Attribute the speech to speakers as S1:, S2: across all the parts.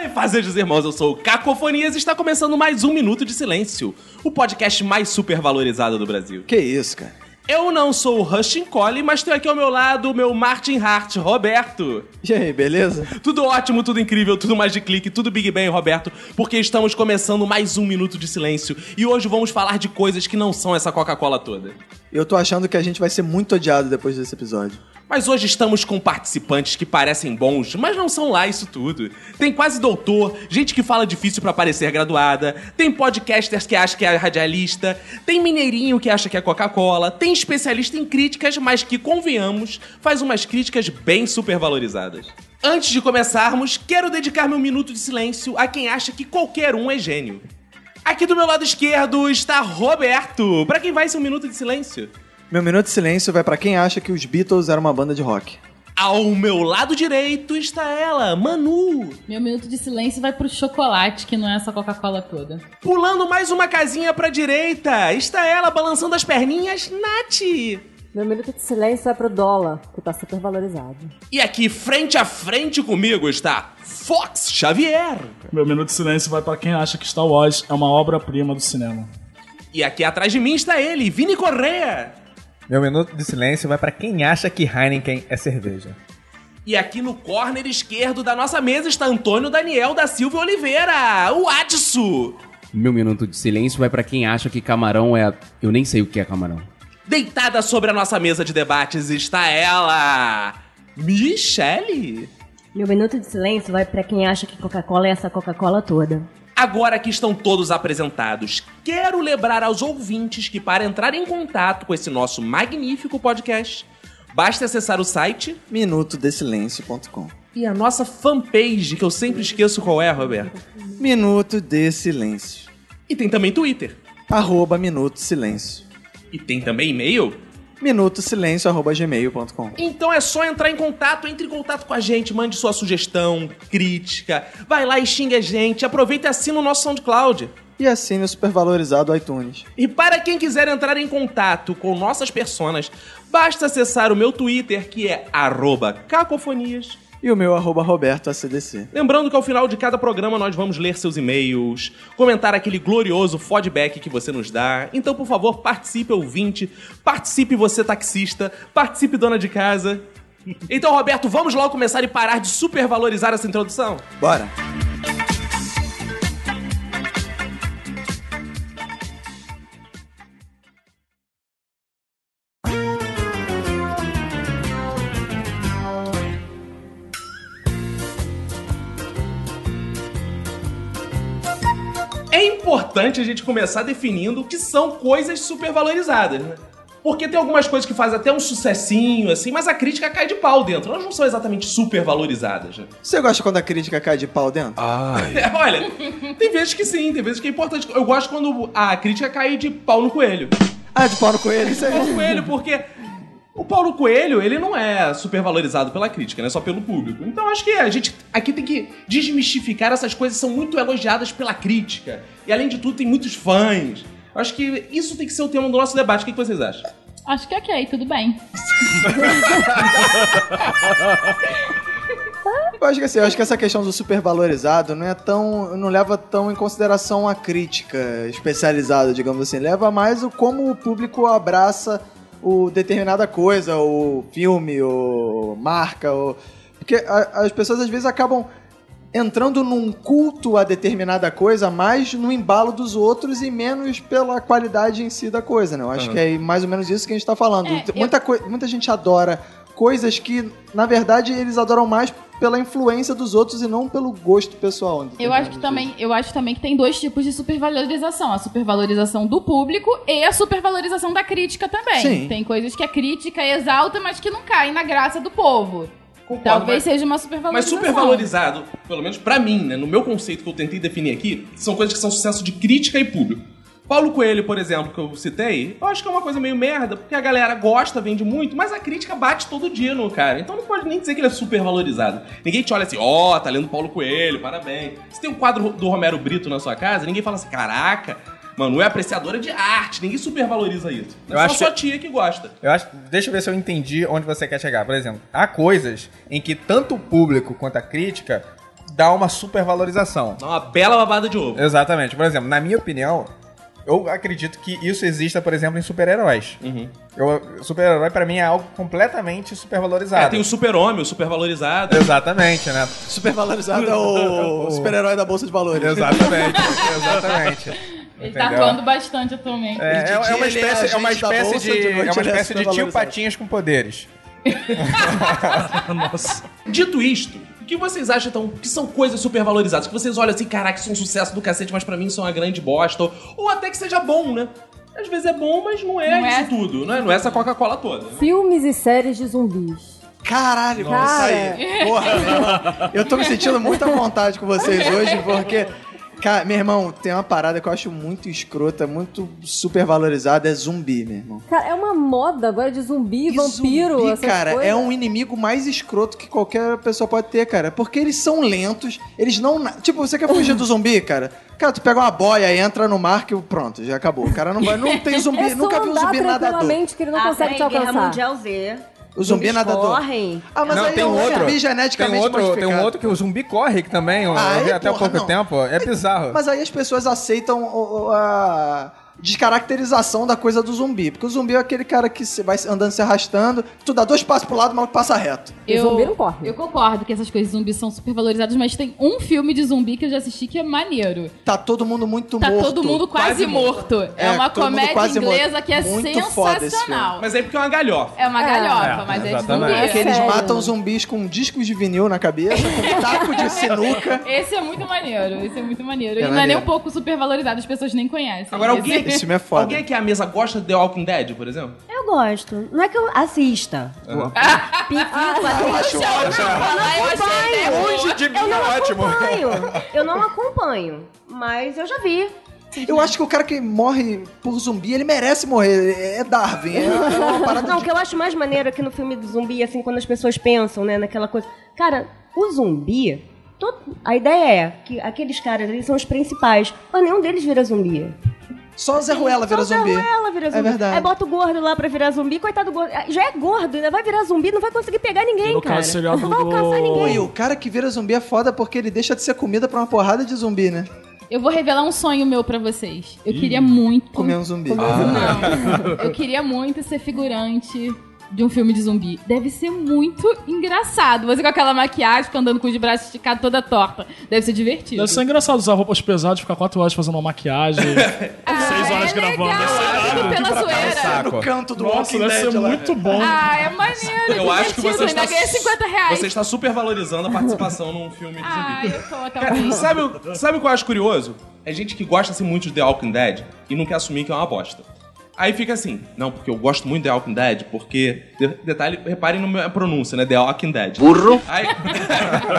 S1: Bem, Fazejos irmãos, eu sou o Cacofonias e está começando mais um Minuto de Silêncio, o podcast mais supervalorizado do Brasil.
S2: Que isso, cara?
S1: Eu não sou o Rustin Cole, mas tenho aqui ao meu lado o meu Martin Hart, Roberto.
S2: E aí, beleza?
S1: Tudo ótimo, tudo incrível, tudo mais de clique, tudo Big Bang, Roberto, porque estamos começando mais um Minuto de Silêncio e hoje vamos falar de coisas que não são essa Coca-Cola toda.
S2: Eu tô achando que a gente vai ser muito odiado depois desse episódio.
S1: Mas hoje estamos com participantes que parecem bons, mas não são lá isso tudo. Tem quase doutor, gente que fala difícil pra parecer graduada, tem podcasters que acha que é radialista, tem mineirinho que acha que é Coca-Cola, tem especialista em críticas, mas que, convenhamos, faz umas críticas bem supervalorizadas. Antes de começarmos, quero dedicar meu minuto de silêncio a quem acha que qualquer um é gênio. Aqui do meu lado esquerdo está Roberto. Pra quem vai ser um minuto de silêncio?
S2: Meu minuto de silêncio vai pra quem acha que os Beatles eram uma banda de rock.
S1: Ao meu lado direito está ela, Manu,
S3: Meu minuto de silêncio vai pro chocolate, que não é essa Coca-Cola toda.
S1: pulando mais uma casinha pra direita. Está ela balançando as perninhas, Nath.
S4: Meu minuto de silêncio é pro dólar, que tá super valorizado.
S1: E aqui, frente a frente comigo, está Fox Xavier.
S5: Meu minuto de silêncio vai pra quem acha que Star Wars é uma obra-prima do cinema.
S1: E aqui atrás de mim está ele, Vini Correa.
S6: Meu minuto de silêncio vai pra quem acha que Heineken é cerveja.
S1: E aqui no corner esquerdo da nossa mesa está Antônio Daniel da Silva Oliveira, o Adsu.
S7: Meu minuto de silêncio vai pra quem acha que camarão é. Eu nem sei o que é camarão.
S1: Deitada sobre a nossa mesa de debates está ela, Michele.
S4: Meu minuto de silêncio vai pra quem acha que Coca-Cola é essa Coca-Cola toda.
S1: Agora que estão todos apresentados, quero lembrar aos ouvintes que para entrar em contato com esse nosso magnífico podcast, basta acessar o site
S2: Minutodesilêncio.com
S1: e a nossa fanpage, que eu sempre esqueço qual é, Roberto.
S2: Minuto de silêncio.
S1: E tem também Twitter.
S2: Arroba Minuto Silêncio.
S1: E tem também e-mail.
S2: Minutosilêncio arroba gmail.com
S1: Então é só entrar em contato, entre em contato com a gente, mande sua sugestão, crítica, vai lá e xinga a gente, aproveita e assina o nosso SoundCloud.
S2: E assine o supervalorizado iTunes.
S1: E para quem quiser entrar em contato com nossas personas, basta acessar o meu Twitter, que é arroba cacofonias.
S2: E o meu arroba Roberto ACDC.
S1: Lembrando que ao final de cada programa nós vamos ler seus e-mails, comentar aquele glorioso feedback que você nos dá. Então, por favor, participe ouvinte, participe você taxista, participe dona de casa. Então, Roberto, vamos logo começar e parar de supervalorizar essa introdução?
S2: Bora!
S1: É importante a gente começar definindo o que são coisas supervalorizadas, né? Porque tem algumas coisas que fazem até um sucessinho, assim, mas a crítica cai de pau dentro. Elas não são exatamente supervalorizadas, né?
S2: Você gosta quando a crítica cai de pau dentro?
S1: É, olha, tem vezes que sim, tem vezes que é importante. Eu gosto quando a crítica cai de pau no coelho.
S2: Ah, de pau no coelho? Isso aí.
S1: Paulo É Coelho, porque o Paulo Coelho, ele não é super valorizado pela crítica, né? Só pelo público. Então acho que a gente aqui tem que desmistificar essas coisas que são muito elogiadas pela crítica. E além de tudo, tem muitos fãs. Acho que isso tem que ser o tema do nosso debate. O que que vocês acham?
S3: Acho
S8: é
S3: que ok, tudo bem.
S2: Eu acho que assim, eu acho que essa questão do supervalorizado não é tão. não leva tão em consideração a crítica especializada, digamos assim. Leva mais o como o público abraça o determinada coisa, o filme, ou marca, ou. Porque a- as pessoas às vezes acabam entrando num culto a determinada coisa, mais no embalo dos outros e menos pela qualidade em si da coisa, né? Eu acho que é mais ou menos isso que a gente tá falando.
S3: É,
S2: muita, coi- muita gente adora coisas que, na verdade, eles adoram mais pela influência dos outros e não pelo gosto pessoal.
S8: Eu acho que também, eu acho também que tem dois tipos de supervalorização: a supervalorização do público e a supervalorização da crítica também.
S2: Sim.
S8: Tem coisas que a crítica é exalta, mas que não caem na graça do povo. Talvez
S1: mas-
S8: seja uma
S1: Mas
S8: supervalorização.
S1: supervalorizado, pelo menos pra mim, né, no meu conceito que eu tentei definir aqui, são coisas que são sucesso de crítica e público. Paulo Coelho, por exemplo, que eu citei, eu acho que é uma coisa meio merda, porque a galera gosta, vende muito, mas a crítica bate todo dia no cara. Então não pode nem dizer que ele é supervalorizado. Ninguém te olha assim, ó, tá lendo Paulo Coelho, parabéns. Se tem um quadro do Romero Brito na sua casa, ninguém fala assim, caraca, Manu é apreciadora de arte, ninguém supervaloriza isso. É
S6: Eu
S1: só
S6: acho
S1: sua tia que gosta.
S6: Eu acho, deixa eu ver se eu entendi onde você quer chegar. Por exemplo, há coisas em que tanto o público quanto a crítica dá uma supervalorização.
S1: Dá uma bela babada de ovo.
S6: Exatamente. Por exemplo, na minha opinião, eu acredito que isso exista, por exemplo, em super-heróis.
S1: Uhum.
S6: Eu- Super-herói, pra mim, é algo completamente
S1: É,
S6: supervalorizado.
S1: tem o super-homem, o supervalorizado.
S6: Exatamente, né?
S2: Supervalorizado é o o super-herói da Bolsa de Valores.
S6: Exatamente, exatamente.
S3: Ele tá
S6: Entendeu?
S3: atuando bastante atualmente.
S6: É, é,
S2: De dia
S6: é uma
S2: ele é
S6: espécie, é uma
S2: agente da
S6: espécie
S2: bolsa, de
S6: de,
S2: noite
S6: é uma
S2: ele é
S6: espécie de tio
S2: supervalorizado.
S6: Patinhas com poderes.
S5: Nossa.
S1: Dito isto, o que vocês acham então que são coisas supervalorizadas? Que vocês olham assim, caraca, isso é um sucesso do cacete, mas pra mim isso é uma grande bosta. Ou, ou até que seja bom, né? Às vezes é bom, mas não é
S8: Não
S1: isso
S8: é.
S1: tudo, não é, não é essa Coca-Cola toda. né?
S4: Filmes e séries de zumbis.
S2: Caralho,
S4: Nossa.
S2: isso aí. Porra, eu tô me sentindo muito à vontade com vocês hoje, porque. Cara, meu irmão, tem uma parada que eu acho muito escrota, muito supervalorizada, é zumbi, meu irmão.
S4: Cara, é uma moda agora de zumbi,
S2: E
S4: vampiro,
S2: zumbi,
S4: essas
S2: cara,
S4: coisas.
S2: é um inimigo mais escroto que qualquer pessoa pode ter, cara. Porque eles são lentos, eles não. na- Tipo, você quer fugir do zumbi, cara? Cara, tu pega uma boia e entra no mar que pronto, já acabou. O cara não vai. Não tem zumbi,
S4: É só
S2: nunca vi um
S4: andar
S2: zumbi nadador.
S4: tranquilamente que ele não
S8: Ah,
S4: consegue te
S8: peraí, Guerra
S4: alcançar.
S8: Mundial
S4: Z.
S2: O zumbi é nadador.
S4: correm.
S2: Ah, mas
S6: Não,
S2: aí
S6: tem
S2: é um
S6: um outro.
S2: zumbi
S6: Tem
S2: geneticamente
S6: outro, tem um
S2: modificado.
S6: outro que o zumbi corre, que também eu,
S2: Ah,
S6: eu vi
S2: é,
S6: até há
S2: porra,
S6: pouco
S2: não.
S6: tempo. É bizarro.
S2: Mas aí as pessoas aceitam o- o- a descaracterização da coisa do zumbi. Porque o zumbi é aquele cara que se- vai andando se arrastando, tu dá dois passos pro lado, o maluco passa reto.
S4: O zumbi não corre.
S8: Eu concordo que essas coisas de zumbi são supervalorizadas, mas tem um filme de zumbi que eu já assisti que é maneiro.
S2: Tá todo mundo muito
S8: Tá
S2: morto.
S8: todo mundo quase,
S1: Quase
S8: morto. É,
S2: É,
S8: uma
S2: todo mundo
S8: comédia
S2: quase morto.
S8: inglesa que é
S2: Muito foda esse
S8: sensacional.
S1: Mas aí porque é uma galhofa.
S8: É uma
S4: É.
S8: galhofa,
S6: É,
S8: mas é de
S6: exatamente.
S8: zumbi.
S2: Porque eles
S4: Sério?
S2: matam zumbis com discos de vinil na cabeça, com taco de sinuca.
S8: Esse é muito maneiro, esse é muito maneiro. e
S2: É
S8: não é nem
S2: maneiro.
S8: um pouco supervalorizado, as pessoas nem conhecem.
S1: Agora
S8: Esse-
S1: alguém,
S2: Esse filme é foda.
S1: alguém aqui à mesa gosta de The Walking Dead, por exemplo?
S4: Eu gosto. Não é que eu assista.
S6: Uhum.
S2: Eu acho ótimo.
S8: Ah, eu
S2: é
S8: achei até bom.
S6: Longe de mim
S4: Eu não
S6: é ótimo.
S4: acompanho. Eu não acompanho. Mas eu já vi.
S2: Eu acho que o cara que morre por zumbi, ele merece morrer. É Darwin. É uma parada
S4: Não, o que eu acho mais maneiro aqui no filme do zumbi, assim, quando as pessoas pensam, né, naquela coisa. Cara, o zumbi. to- A ideia é que aqueles caras ali são os principais, mas nenhum deles vira zumbi.
S2: Só o Zé Ruela vira
S4: Só
S2: zumbi. É
S4: o Zé Ruela vira zumbi.
S2: verdade.
S4: Aí bota o gordo lá pra virar zumbi, coitado do gordo. Já é gordo, ainda vai virar zumbi, não vai conseguir pegar ninguém,
S5: E no
S4: cara.
S5: caso seria
S4: não
S5: do-
S4: vai alcançar
S2: Pô, e
S4: ninguém.
S2: o cara que vira zumbi é foda porque ele deixa de ser comida pra uma porrada de zumbi, né?
S8: Eu vou revelar um sonho meu pra vocês. Eu queria muito.
S2: Comer um Ah. zumbi.
S8: Ah, Não. Eu queria muito ser figurante de um filme de zumbi. Deve ser muito engraçado. Você com aquela maquiagem, fica andando com os braços esticados toda torta. Deve ser divertido.
S5: Deve ser engraçado usar roupas pesadas, ficar 4 horas fazendo uma maquiagem, 6
S8: Ah,
S5: horas
S8: é
S5: gravando.
S8: legal,
S5: sei lá.
S8: tudo pela zoeira.
S2: No canto do
S5: Nossa,
S2: Walking
S5: deve
S2: Dead
S5: ser
S2: lá.
S5: muito bom.
S8: Ah, é maneiro,
S1: Eu acho que
S8: divertido.
S1: você está,
S8: Ainda ganha 50 reais.
S1: você está tá supervalorizando a participação num filme de zumbi.
S8: Ah, eu tô,
S1: Cara, e
S8: talvez.
S1: sabe, o- sabe o que eu acho curioso? É gente que gosta assim, muito de The Walking Dead e não quer assumir que é uma bosta. Aí fica assim, não, porque eu gosto muito de The Walking Dead, porque. de- detalhe, reparem na minha pronúncia, né? The Walking Dead. Burro! Aí,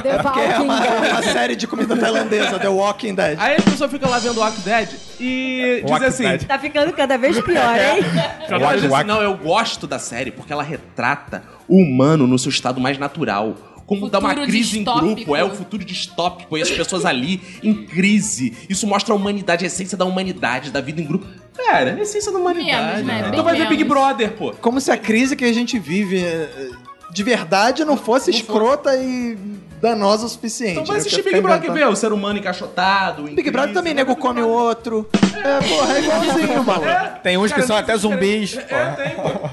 S4: The
S2: É
S4: Walking
S2: uma,
S4: Dead.
S2: é uma série de comida tailandesa, The Walking Dead.
S1: aí as pessoas ficam lá vendo Walking Dead e
S6: É, Walking
S1: dizem assim.
S6: Dead.
S4: Tá ficando cada vez pior, hein?
S1: Ela diz assim, não, eu gosto da série porque ela retrata o humano no seu estado mais natural. Como dá uma
S8: Futuro
S1: crise em
S8: distópico.
S1: grupo, é o futuro distópico, e as pessoas ali em crise. Isso mostra a humanidade, a essência da humanidade, da vida em grupo. Cara, é a essência da humanidade.
S8: Menos, né?
S1: Então
S8: Bem
S1: vai ver Big
S8: menos.
S1: Brother, pô.
S2: Como se a crise que a gente vive eh, de verdade não fosse escrota e danosa o suficiente.
S1: Então vai
S2: né?
S1: assistir
S2: Porque
S1: Big
S2: ficar
S1: Brother e
S2: inventando-
S1: ver o ser humano encaixotado. em
S2: Big Brother
S1: crise.
S2: também, né? nego come o outro. É, porra, é igualzinho, mano.
S6: Tem uns que
S1: Cara,
S6: são
S1: não-
S6: até zumbis.
S1: É,
S6: pô.
S1: é, tem, pô.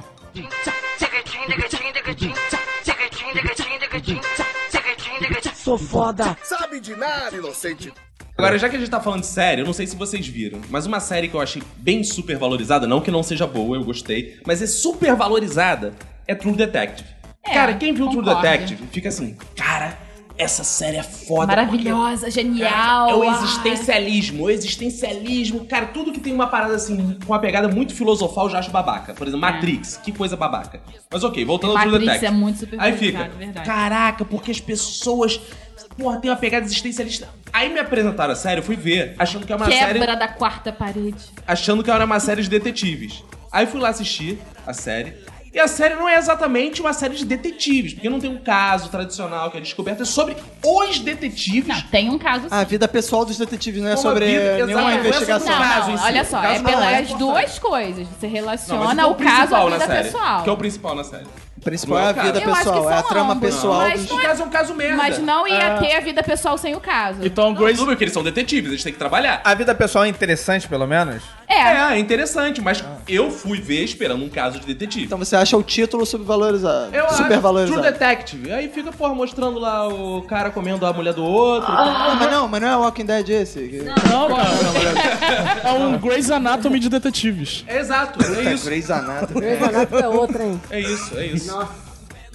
S1: Agora, já que a gente tá falando de série, eu não sei se vocês viram, mas uma série que eu achei bem super valorizada, não que não seja boa, eu gostei, mas é super valorizada, é True Detective.
S8: É,
S1: Cara, quem viu True
S8: concordo.
S1: Detective fica assim, cara, essa série é foda.
S8: Maravilhosa, genial.
S1: Cara, é o
S8: ai.
S1: existencialismo. O existencialismo. Cara, tudo que tem uma parada assim, com uma pegada muito filosofal, eu já acho babaca. Por exemplo, Matrix. Que coisa babaca. Mas ok, voltando ao True
S8: É. Matrix
S1: Detective.
S8: é muito super
S1: Aí fica,
S8: verdade.
S1: caraca, porque as pessoas... Porra, tem uma pegada existencialista. Aí me apresentaram a série, eu fui ver, achando que é uma
S8: Quebra
S1: série...
S8: da quarta parede.
S1: Achando que era uma série de detetives. Aí fui lá assistir a série. E a série não é exatamente uma série de detetives, porque não tem um caso tradicional que é descoberto, é sobre os detetives
S8: Não, tem um caso
S2: A vida pessoal dos detetives não é
S1: Uma
S2: sobre
S1: vida- exato, não
S2: nenhuma
S1: é sobre
S2: investigação.
S1: nada.
S8: Não,
S1: caso em
S8: não,
S1: si.
S8: olha só,
S1: O caso
S8: é
S1: não é
S8: pelas
S1: importante.
S8: duas coisas. Você
S1: Não, mas
S8: relaciona
S1: esse que é
S8: o caso à
S1: principal
S8: vida
S1: na série,
S8: pessoal.
S1: Que é o principal na série.
S2: O principal
S1: Não
S2: é
S1: é o
S2: a
S1: caso.
S2: vida
S8: Eu acho que
S2: pessoal, é a
S8: são
S2: trama
S8: ambos,
S2: pessoal
S8: mas
S2: dos...
S1: O caso é um caso merda.
S8: Mas não ia ter a vida pessoal sem o caso.
S5: Então,
S1: Não,
S5: Grace.
S1: tudo bem, porque eles são detetives, eles têm que trabalhar.
S6: A vida pessoal é interessante, pelo menos?
S8: É,
S1: É, é interessante, mas eu fui ver esperando um caso de detetive.
S2: Então você acha o título subvalorizado,
S1: eu
S2: supervalorizado.
S1: True Detective. Aí fica, porra, mostrando lá o cara comendo a mulher do outro.
S2: Ah, mas não, mas não é Walking Dead esse. que-
S5: Não, cara. É um Grey's Anatomy de detetives.
S1: É exato, é
S2: Puta,
S1: isso.
S2: Grey's Anatomy.
S9: Grey's Anatomy é outra, hein?
S1: É isso, é isso.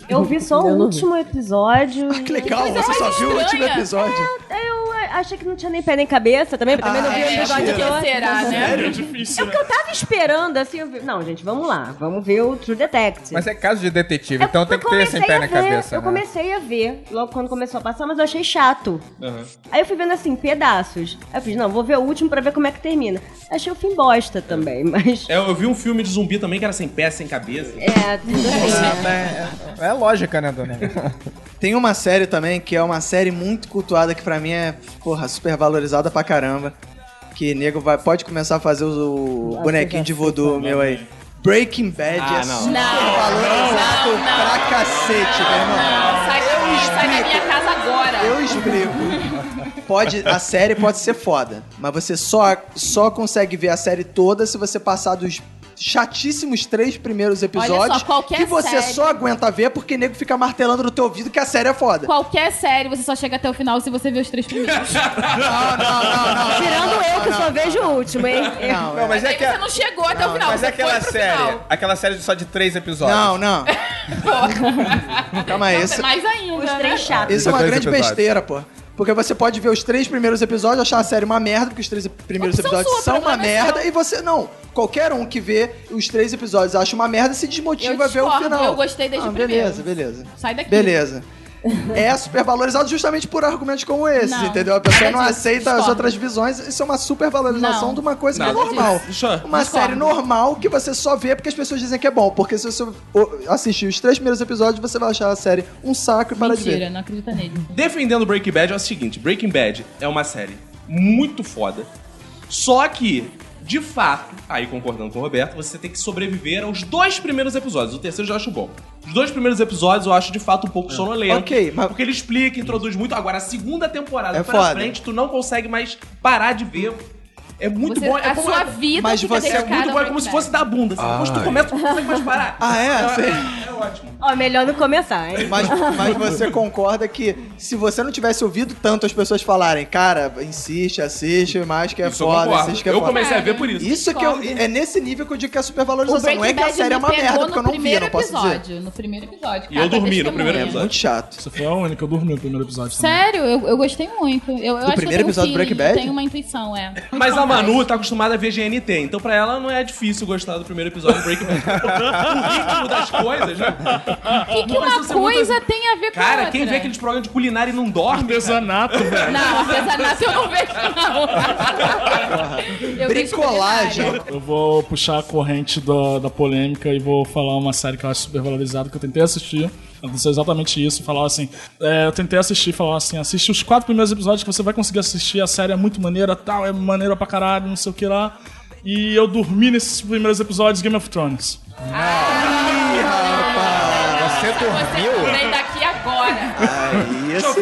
S4: Eu vi só
S9: Eu
S4: o
S9: não
S4: último episódio.
S2: Que legal, você só viu o último
S8: estranha.
S2: episódio.
S4: Eu achei que não tinha nem pé nem cabeça também, porque também não vi o episódio
S8: é, que
S4: todo.
S8: será, né?
S5: É difícil,
S4: Porque eu tava esperando, assim, eu vi- não, gente, vamos lá, vamos ver o True Detective.
S6: Mas é caso de detetive,
S4: Eu-
S6: então
S4: eu
S6: tem que ter sem
S4: comecei
S6: pé
S4: a
S6: na
S4: ver,
S6: cabeça.
S4: Eu
S6: né?
S4: comecei a ver logo quando começou a passar, mas eu achei chato. Aí eu fui vendo assim, pedaços. Aí eu fiz, não, vou ver o último pra ver como é que termina. Achei o fim bosta também, mas.
S1: É, eu vi um filme de zumbi também que era sem pé, sem cabeça.
S4: É, tudo bem, né?
S6: É lógica, né, dona?
S2: Tem uma série também, que é uma série muito cultuada, que pra mim é, porra, super valorizada pra caramba. Que nego vai, pode começar a fazer o, o bonequinho de voodoo meu aí. Breaking Bad
S1: Ah,
S2: é
S1: não.
S2: super
S8: Não,
S2: valorizado
S8: não, não.
S2: pra cacete, meu irmão.
S8: Não, sai daqui, sai da minha casa agora.
S2: Eu explico. Pode, a série pode ser foda, mas você só, só consegue ver a série toda se você passar dos chatíssimos três primeiros episódios
S8: só, qualquer
S2: que você
S8: série-
S2: só aguenta ver porque nego fica martelando no teu ouvido que a série é foda.
S8: Qualquer série, você só chega até o final se você ver os três primeiros.
S2: Não, não, não, não.
S4: Tirando eu que só vejo o último, hein?
S2: Não,
S6: Não,
S2: é-
S6: mas é
S8: Aí
S6: que
S8: você
S6: a-
S8: não chegou até o final.
S6: Mas
S8: você
S6: é aquela
S8: foi pro
S6: série.
S8: final.
S6: Aquela série só de três episódios.
S2: não, não. Calma aí, isso,
S8: Mais ainda,
S4: Os
S8: né?
S4: três chatos.
S2: isso é uma
S6: Dois
S2: grande
S6: episódios.
S2: besteira, pô. Porque você pode ver os três primeiros episódios, achar a série uma merda, porque os três primeiros
S8: Opção
S2: episódios
S8: sua,
S2: são uma
S8: problema é seu.
S2: merda, e você não. Qualquer um que vê os três episódios acha uma merda se desmotiva
S8: Eu
S2: a ver o
S8: discordo,
S2: final.
S8: eu gostei desde
S2: Ah,
S8: o
S2: Beleza,
S8: primeiro.
S2: beleza.
S8: Sai daqui.
S2: Beleza. É supervalorizado justamente por argumentos como esses,
S8: Não,
S2: entendeu? A pessoa
S8: nada
S2: não
S8: disso,
S2: aceita as
S8: discordo.
S2: outras visões. Isso é uma supervalorização
S8: Não,
S2: de uma coisa que é
S1: nada
S2: normal.
S1: disso. Deixa-
S2: Uma
S8: discordo.
S2: série normal que você só vê porque as pessoas dizem que é bom. Porque se você o- assistir os três primeiros episódios, você vai achar a série um saco e para de ver.
S8: Mentira, não acredita nele.
S1: Defendendo Breaking Bad é o seguinte: Breaking Bad é uma série muito foda. Só que, de fato, aí concordando com o Roberto, você tem que sobreviver aos dois primeiros episódios. O terceiro eu já acho bom. Os dois primeiros episódios eu acho de fato um pouco sonolento.
S2: Ok, mas-
S1: Porque ele explica, introduz muito. Agora, a segunda temporada
S2: É
S1: pra
S2: foda.
S1: frente, tu não consegue mais parar de ver. É muito
S8: Você-
S1: bom. É
S8: a
S1: como-
S8: sua vida
S2: Mas
S8: fica
S2: você é
S8: dedicada
S1: é muito bom, é
S8: ao
S1: como se
S8: Breaking
S1: fosse dar bunda. Assim, depois tu começa, tu não consegue mais parar.
S2: Ah, é? Sim.
S1: É, é ótimo.
S4: Ó, melhor não começar, hein?
S2: Mas, mas você concorda que se você não tivesse ouvido tanto as pessoas falarem, cara, insiste, assiste mais que é
S1: Isso eu
S2: foda,
S1: concordo.
S2: assiste que é
S1: Eu
S2: foda.
S1: comecei a ver por isso.
S2: Isso que eu,
S8: Concordo.
S2: é nesse nível que eu digo que é
S8: O
S2: supervalorização.
S8: Breaking
S2: Não é que a
S8: Bad
S2: série é
S8: me
S2: uma merda,
S8: pegou
S2: porque eu
S8: no
S2: não vi, eu
S8: primeiro
S2: não posso dizer.
S8: episódio, tá No primeiro episódio.
S1: E eu
S8: Cada
S1: dormi no primeiro
S8: testemunha.
S2: É muito chato.
S5: Isso foi a única, eu dormi no primeiro episódio também.
S8: Sério, eu, eu gostei muito. Eu, eu acho que eu
S2: primeiro
S8: tenho um
S2: episódio
S8: feeling,
S2: do Breaking Bad?
S8: Eu tenho uma intuição, é.
S1: Mas a Manu tá acostumada a ver GNT, então pra ela não é difícil gostar do primeiro episódio do Breaking Bad. o ritmo das coisas, né?
S8: O que, que
S1: Mas
S8: uma
S1: isso é muito-
S8: coisa tem a ver com a
S1: Cara,
S8: outra?
S1: quem vê aqueles programas de culinária e não dorme,
S5: Artesanato, velho.
S8: Não, artesanato eu não vejo, não. Eu
S1: é
S8: vejo
S2: Bricolagem.
S8: culinária.
S5: Eu vou puxar a corrente da, da polêmica e vou falar uma série que eu acho super valorizada, que eu tentei assistir. Aconteceu exatamente isso. Falar assim. é, eu tentei assistir, falar assim: assiste os quatro primeiros episódios que você vai conseguir assistir. A série é muito maneira, tal, é maneira pra caralho, não sei o que lá. E eu dormi nesses primeiros episódios de Game of Thrones.
S6: Você
S8: Você vem daqui agora.
S2: Isso.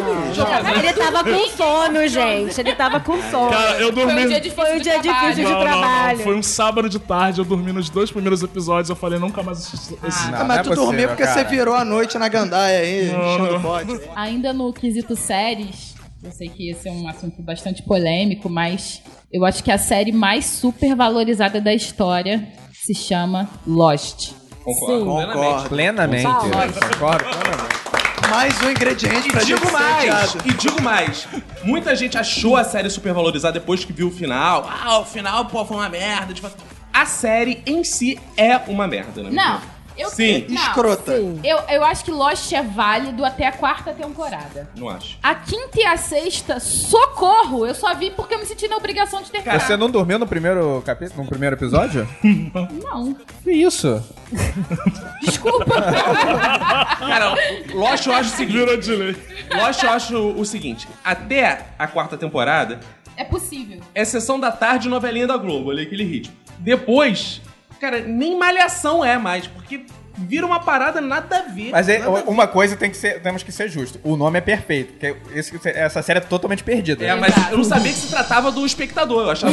S4: Ele tava com sono, gente. Ele tava com
S2: Então,
S4: sono.
S5: Cara, eu dormi.
S8: Foi um dia difícil
S4: Foi um
S8: de
S4: dia
S8: trabalho.
S4: difícil de trabalho.
S5: Foi um sábado de tarde, eu dormi nos dois primeiros episódios. Eu falei, nunca mais assisti esse.
S6: Não,
S2: Ah,
S6: não
S2: mas
S6: é
S2: tu
S6: possível,
S2: dormiu porque
S6: cara.
S2: você virou a noite na gandaia aí,
S5: Não,
S2: enchendo
S5: não.
S2: pote.
S8: Ainda no quesito séries, eu sei que esse é um assunto bastante polêmico, mas eu acho que a série mais super valorizada da história se chama Lost.
S1: Concordo.
S9: Sim.
S1: plenamente.
S6: Plenamente.
S9: Fala.
S6: Concordo plenamente.
S2: mais um ingrediente pra
S1: E digo
S2: gente
S1: mais,
S2: ser odiado.
S1: e digo mais. Muita gente achou a série supervalorizada depois que viu o final. Ah, o final, pô, foi uma merda. Tipo, a série em si é uma merda, né?
S8: Não. Eu,
S1: Sim.
S8: não.
S2: Escrota.
S8: Eu, eu acho que Lost é válido até a quarta temporada.
S1: Não acho.
S8: A quinta e a sexta, socorro! Eu só vi porque eu me senti na obrigação de ter
S6: Você não dormiu no primeiro capítulo, no primeiro episódio?
S8: Não.
S6: que isso?
S1: Cara, Lost eu acho o seguinte.
S5: Virou de lei.
S1: Lost eu acho o seguinte. Até a quarta temporada,
S8: É possível.
S1: é sessão da tarde novelinha da Globo, ali aquele ritmo. Depois, cara, nem malhação é mais, porque vira uma parada nada a ver.
S6: Mas é-
S1: nada a ver.
S6: uma coisa tem que ser, temos que ser justo. O nome é perfeito. porque esse- essa série é totalmente perdida.
S1: É, mas eu não sabia que se tratava do espectador, eu achava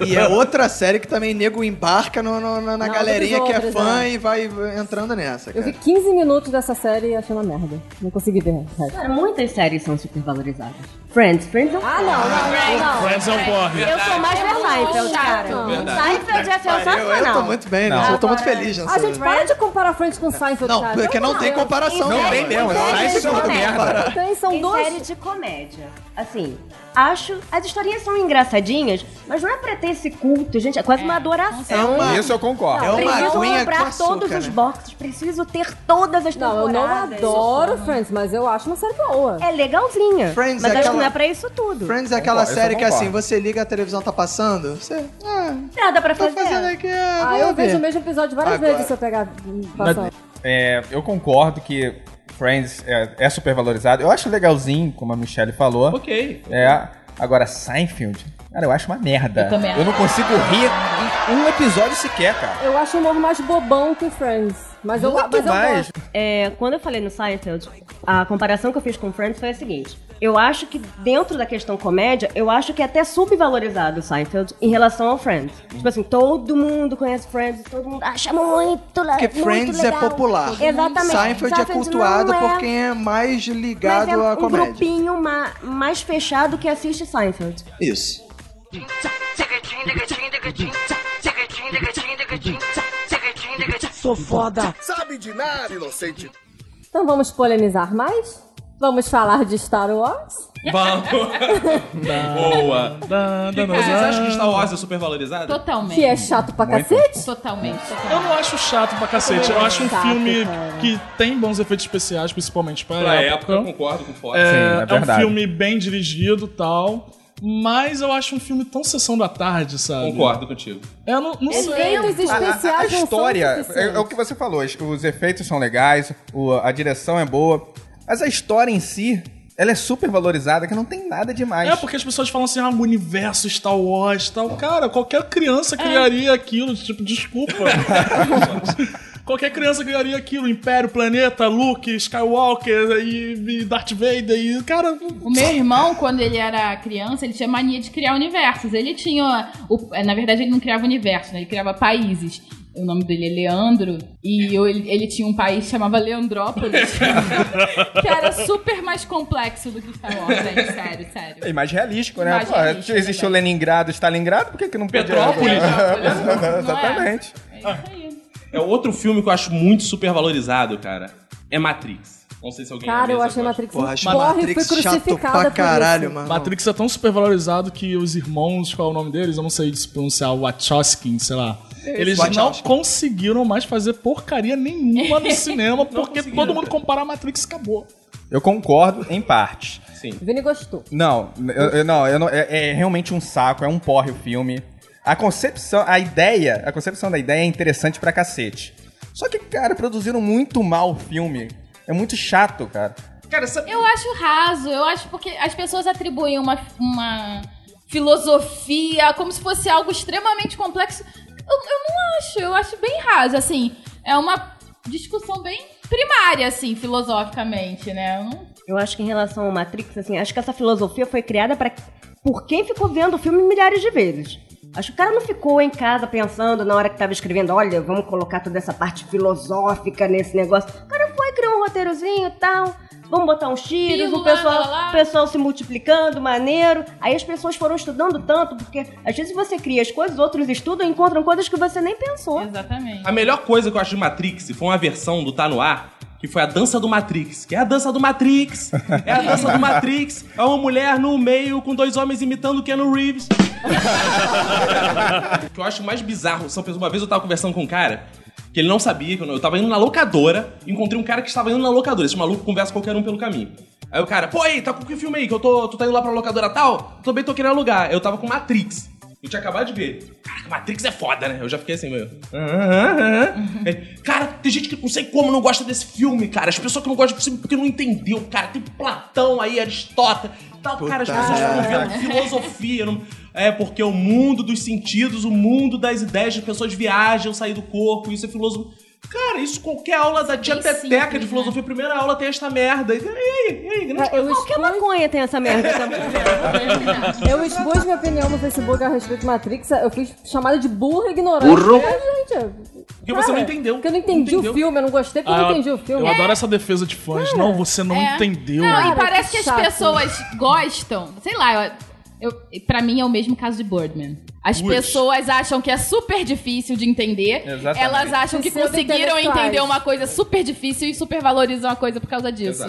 S1: que
S2: E é outra série que também nego embarca no- no- na, na
S4: Não,
S2: galerinha
S4: outras
S2: que é
S4: outras,
S2: fã
S4: né?
S2: e vai entrando nessa,
S9: Eu
S2: cara.
S9: vi 15 minutos dessa série e achei uma merda. Não consegui ver. Sério.
S4: Cara, muitas séries são supervalorizadas. Friends, Friends é um...
S9: Ah, não, não, não.
S5: Friends é um porre.
S9: Eu sou mais pra Seinfeld, cara.
S1: Verdade.
S9: Seinfeld é seu
S2: Eu, eu tô muito bem, né? Eu tô muito feliz nessa.
S9: A gente para de comparar Friends com Seinfeld,
S2: Não,
S9: cara.
S2: porque não tem comparação.
S6: Não
S2: cara.
S6: tem mesmo, Seinfeld é uma merda.
S9: Tem, são
S4: Tem
S9: dois...
S4: série de comédia. Assim, acho... As historinhas são engraçadinhas, mas não é pra ter esse culto, gente. É quase uma adoração.
S2: É uma-
S6: Isso eu concordo.
S2: É uma
S4: preciso
S2: aguinha com
S4: comprar
S2: açúcar,
S4: todos os
S2: né?
S4: boxes, preciso ter todas as
S9: Não, eu
S4: temporadas.
S9: não adoro Friends, mas eu acho uma série boa.
S4: É legalzinha.
S2: Friends é
S4: mas acho que
S2: aquela-
S4: não é pra isso tudo.
S2: Friends é aquela
S6: Concordo,
S2: série
S6: eu
S2: que assim,
S6: concordo.
S2: você liga a televisão, tá passando, você. Ah,
S4: Nada pra
S2: tá
S4: fazer.
S2: fazendo aqui. Ah,
S9: Ah,
S2: vou
S9: eu vejo
S2: ver.
S9: o mesmo episódio várias
S2: Agora.
S9: vezes se eu pegar hum, passando.
S6: É, eu concordo que Friends é, é super valorizado. Eu acho legalzinho, como a Michelle falou.
S1: Ok.
S6: É. Agora, Seinfeld, cara, eu acho uma merda.
S8: Eu também acho.
S6: não consigo rir em um episódio sequer, cara.
S9: Eu acho o humor mais bobão que Friends. Mas eu,
S6: Muito
S9: mas eu
S6: mais.
S9: gosto.
S4: É, quando eu falei no Seinfeld, a comparação que eu fiz com Friends foi a seguinte. Eu acho que dentro da questão comédia, eu acho que é até subvalorizado o Seinfeld em relação ao Friends.
S2: Hum.
S4: Tipo assim, todo mundo conhece Friends, todo mundo acha muito, le-
S2: Porque
S4: "Ah, muito
S2: Friends é
S4: legal.
S2: popular.
S4: Exatamente.
S2: Seinfeld é cultuado
S4: não
S2: por quem é mais
S4: Mas
S2: ligado
S4: é um
S2: à comédia.
S4: grupinho ma- mais fechado que assiste Seinfeld.
S2: Isso.
S9: Então vamos polemizar mais? Vamos falar de Star Wars?
S1: Vamos. Boa.
S5: Dan, dan, dan,
S1: Vocês
S5: dan.
S1: acham que Star Wars é supervalorizado?
S8: Totalmente.
S9: Que é chato pra
S6: Muito.
S9: cacete?
S8: Totalmente.
S5: Eu
S8: totalmente.
S5: não acho chato pra cacete. Eu acho um
S9: Chato,
S5: filme
S9: cara.
S5: que tem bons efeitos especiais, principalmente pra,
S1: Pra época,
S5: época.
S1: eu concordo com o Fox.
S5: É,
S6: Sim, é
S5: é um
S6: verdade.
S5: filme bem dirigido e tal. Mas eu acho um filme tão sessão da tarde, sabe?
S1: Concordo contigo.
S5: Eu não, não sei.
S9: Efeitos
S6: A,
S9: especiais
S6: a- a
S9: não são
S6: história, é,
S9: suficientes.
S6: é o que você falou, os, os efeitos são legais, o- a direção é boa, mas a história em si, ela é super valorizada, que não tem nada demais.
S5: É, porque as pessoas falam assim, ah, o universo Star Wars tal. Cara, qualquer criança criaria aquilo, tipo, desculpa. qualquer criança criaria aquilo. Império, Planeta, Luke, Skywalker e, e Darth Vader e, cara...
S8: O meu irmão, quando ele era criança, ele tinha mania de criar universos. Ele tinha. o- é, na verdade, ele não criava universo, né? Ele criava países. O nome dele é Leandro. E eu- ele, ele tinha um país que chamava Leandrópolis. que era super mais complexo do que Star Wars, gente. Sério, sério.
S6: É mais realístico, né?
S8: Mais
S6: Pô,
S8: realístico,
S6: se existiu
S8: também.
S6: Leningrado, Stalingrado, por que, que não podia-
S1: Petrópolis.
S8: Não é?
S6: Exatamente.
S8: É isso aí.
S1: É outro filme que eu acho muito supervalorizado, cara. É Matrix. Não sei se alguém
S9: Cara,
S1: é
S9: eu
S1: mesmo
S9: achei
S1: agora.
S9: Matrix um
S2: Porra, acho
S9: porre e fui
S2: Matrix chato
S9: crucificada
S2: pra
S9: por
S2: caralho,
S9: isso.
S2: mano.
S5: Matrix é tão supervalorizado que os irmãos, qual é o nome deles? Eu não sei se pronunciar, Wachowski, sei lá. Eles não
S2: Wachowski.
S5: conseguiram mais fazer porcaria nenhuma no cinema, porque
S1: conseguiram.
S5: todo mundo compara a Matrix e acabou.
S6: Eu concordo em parte.
S9: Vini gostou.
S6: Não, eu, eu- não, eu não é, é realmente um saco, é um porre o filme. A concepção, a ideia, a concepção da ideia é interessante pra cacete. Só que, cara, produziram muito mal o filme. É muito chato, cara.
S1: Cara, essa...
S8: Eu acho raso, eu acho porque as pessoas atribuem uma, uma filosofia como se fosse algo extremamente complexo. Eu, eu não acho, eu acho bem raso, assim. É uma discussão bem primária, assim, filosoficamente, né? Eu não-
S4: Eu acho que em relação ao Matrix, assim, acho que essa filosofia foi criada pra por quem ficou vendo o filme milhares de vezes. Acho que o cara não ficou em casa pensando na hora que tava escrevendo, olha, vamos colocar toda essa parte filosófica nesse negócio. O cara foi, criou um roteirozinho e tal, vamos botar uns tiros,
S8: Pílula,
S4: o pessoal,
S8: lá, lá, lá.
S4: o pessoal se multiplicando, maneiro. Aí as pessoas foram estudando tanto, porque às vezes você cria as coisas, outros estudam e encontram coisas que você nem pensou.
S8: Exatamente.
S1: A melhor coisa que eu acho de Matrix foi uma versão do Tá No Ar, que foi a dança do Matrix. Que é a dança do Matrix! É a dança do Matrix! É uma mulher no meio com dois homens imitando o Keanu Reeves. o que eu acho mais bizarro são pessoas. Uma vez eu tava conversando com um cara que ele não sabia, que eu, não- eu tava indo na locadora, encontrei um cara que estava indo na locadora. Esse maluco conversa com qualquer um pelo caminho. Aí o cara, pô, aí, tá com que filme aí? Que eu tô. Tu tá indo lá pra locadora tal? Eu também tô querendo alugar. Eu tava com Matrix. Eu tinha acabado de ver. Caraca, Matrix é foda, né? Eu já fiquei assim, meu. Aham, aham. Ele, Cara, tem gente que não sei como não gosta desse filme, cara. As pessoas que não gostam desse filme porque não entendeu, cara. Tem Platão aí, Aristóteles, tal, cara. As
S10: Puta
S1: pessoas ficam vendo
S10: merda.
S1: filosofia. não- É porque o mundo dos sentidos, o mundo das ideias, as pessoas viajam, saem do corpo, isso é filosofia. Cara, isso qualquer aula da tia Teteca de filosofia, primeira aula tem esta merda. E aí, e aí,
S4: É,
S1: grande coisa.
S9: Qualquer maconha tem essa merda. eu expus minha opinião no Facebook a respeito de Matrix. Eu fiz chamada de burro e ignorante.
S5: Burro.
S9: É, gente,
S1: Porque você não entendeu.
S9: Porque eu não entendi o filme, eu não gostei porque eu
S5: Ah,
S9: não
S5: eu-
S9: entendi o filme.
S5: Eu adoro essa defesa de fãs.
S9: Cara,
S5: não, você não
S8: É.
S5: entendeu.
S8: Não, e
S9: Cara,
S8: parece
S9: que
S8: que, as
S9: chato.
S8: pessoas gostam. Sei lá, eu, eu, pra mim é o mesmo caso de Birdman. As
S9: Putz.
S8: pessoas acham que é super difícil de entender.
S9: Exatamente.
S8: Elas acham que
S9: Pseudo
S8: conseguiram
S9: intelectuais.
S8: entender uma coisa super difícil e super valorizam a coisa por causa disso.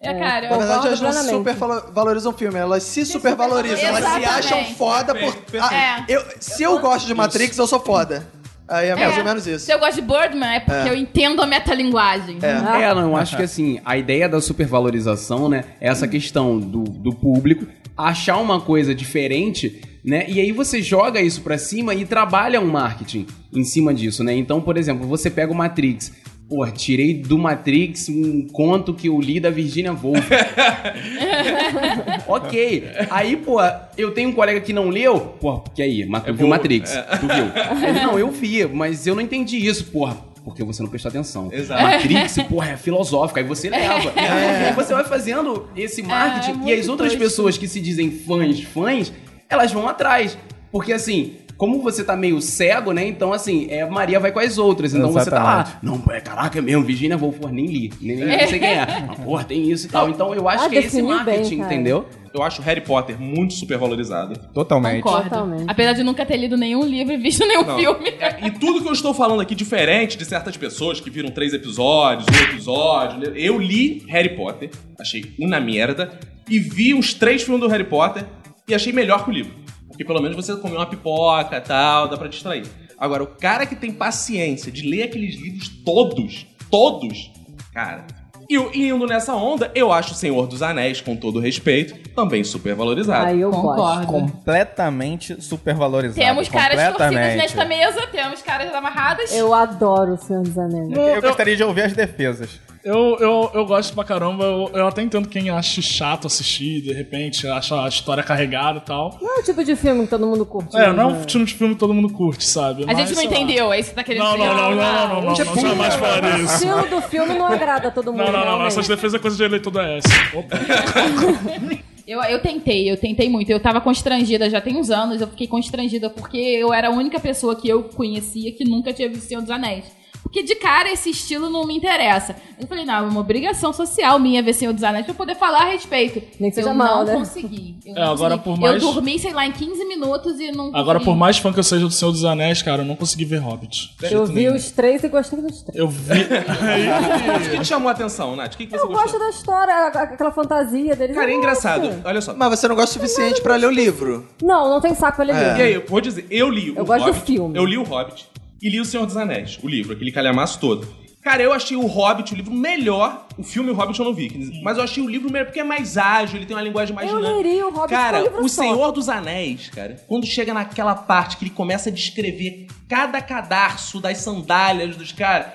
S8: É, cara, eu
S2: Na verdade,
S8: concordo
S2: elas não
S8: plenamente.
S2: supervalorizam o filme, elas se supervalorizam. Elas se
S8: Exatamente.
S2: acham foda por. Ah,
S8: É.
S2: eu, se eu gosto de Matrix, eu sou foda. Aí é mais ou menos isso.
S8: Se eu gosto de Birdman é porque
S7: É.
S8: eu entendo a metalinguagem.
S7: É, não, eu acho que assim, a ideia da supervalorização, né, é essa questão do, do público achar uma coisa diferente, né, e aí você joga isso pra cima e trabalha um marketing em cima disso, né, então, por exemplo, você pega o Matrix, pô, tirei do Matrix um conto que eu li da Virginia Woolf, ok, aí, pô, eu tenho um colega que não leu, pô, que aí, mas tu viu
S1: bom,
S7: Matrix,
S1: é.
S7: tu viu, Ele, não, eu vi, mas eu não entendi isso, porra. Porque você não prestou atenção.
S1: Exato.
S7: Matrix, porra, é filosófico. Aí você leva.
S1: É.
S7: E aí você vai fazendo
S9: É,
S7: esse marketing e as outras pessoas que se dizem fãs, fãs, elas vão atrás. Porque assim, como você tá meio cego, né? Então assim, é, Maria vai com as outras. Então você tá lá.
S6: Exatamente.
S7: Não, pô, é, caraca, é mesmo, Virginia Woolf, nem li. Nem, nem sei quem é. Mas, porra, tem isso e tal. Então eu acho
S9: Ah,
S7: que é esse
S9: definiu bem,
S7: marketing,
S9: cara.
S7: entendeu?
S1: Eu acho Harry Potter muito supervalorizado.
S6: Totalmente.
S8: Concordo. Apesar de nunca ter lido nenhum livro e visto nenhum
S1: Não.
S8: filme.
S1: É, E tudo que eu estou falando aqui, diferente de certas pessoas que viram três episódios, um episódio. né? Eu li Harry Potter, achei uma merda, e vi uns três filmes do Harry Potter e achei melhor que o livro. Porque pelo menos você comeu uma pipoca e tal, dá pra distrair. Agora, o cara que tem paciência de ler aqueles livros todos, todos, cara. E eu, indo nessa onda, eu acho O Senhor dos Anéis, com todo respeito, também super valorizado.
S9: Ah,
S6: Completamente supervalorizado.
S8: Temos caras torcidas
S6: Completamente.
S8: nesta mesa, temos caras amarradas.
S9: Eu adoro o Senhor dos Anéis.
S6: Eu gostaria de ouvir as defesas.
S5: Eu, eu, eu gosto pra caramba, eu, eu até entendo quem acha chato assistir, de repente, acha a história carregada e tal.
S9: Não é o tipo de filme que todo mundo curte.
S5: É,
S9: né?
S5: não é um tipo de filme que todo mundo curte, sabe?
S8: A gente não entendeu, é isso que tá querendo
S5: Não,
S8: dizer.
S5: não, não, não, não, não, não, não, jamais falarei
S9: O
S5: isso.
S9: estilo do filme não agrada a todo mundo. né?
S5: Não, não, não,
S9: realmente.
S5: essas defesas é coisa de eleitor da S.
S8: Eu, eu tentei, eu tentei muito. Eu tava constrangida já tem uns anos, eu fiquei constrangida porque eu era a única pessoa que eu conhecia que nunca tinha visto Senhor dos Anéis. Porque de cara esse estilo não me interessa. Eu falei, não, é uma obrigação social minha ver Senhor dos Anéis pra eu poder falar a respeito.
S9: Nem que seja
S8: eu
S9: mal,
S8: não
S9: né?
S8: consegui. Eu
S5: É,
S8: não
S5: agora
S8: consegui.
S5: por mais-
S8: Eu dormi, sei lá, em 15 minutos e não.
S5: Agora, por
S8: consegui.
S5: mais fã que eu seja do Senhor dos Anéis, cara, eu não consegui ver Hobbit.
S9: Eu
S4: né?
S9: vi os três e gostei dos três.
S5: Eu vi.
S1: O que te chamou a atenção, Nath? O que, que você
S9: é. Eu
S1: gostou?
S9: gosto da história, a- a- aquela fantasia deles.
S1: Cara, é
S9: Eu
S1: engraçado.
S9: gosto.
S1: Olha só.
S2: Mas você não gosta o suficiente pra ler o livro.
S9: Não, não tem saco pra ler.
S4: É.
S9: livro.
S1: E aí, eu vou dizer, eu li o
S9: Eu gosto do
S1: Hobbit.
S9: filme.
S1: Eu li o Hobbit e li O Senhor dos Anéis, o livro, aquele calhamaço todo. Cara, eu achei o Hobbit, o livro melhor. O filme o Hobbit eu não vi, quer dizer, mas eu achei o livro melhor porque é mais ágil, ele tem uma linguagem mais
S9: Eu
S1: dinâmica.
S9: leria o Hobbit
S1: Cara,
S9: com livro
S1: o
S9: só.
S1: Senhor dos Anéis, cara, quando chega naquela parte que ele começa a descrever cada cadarço das sandálias dos caras,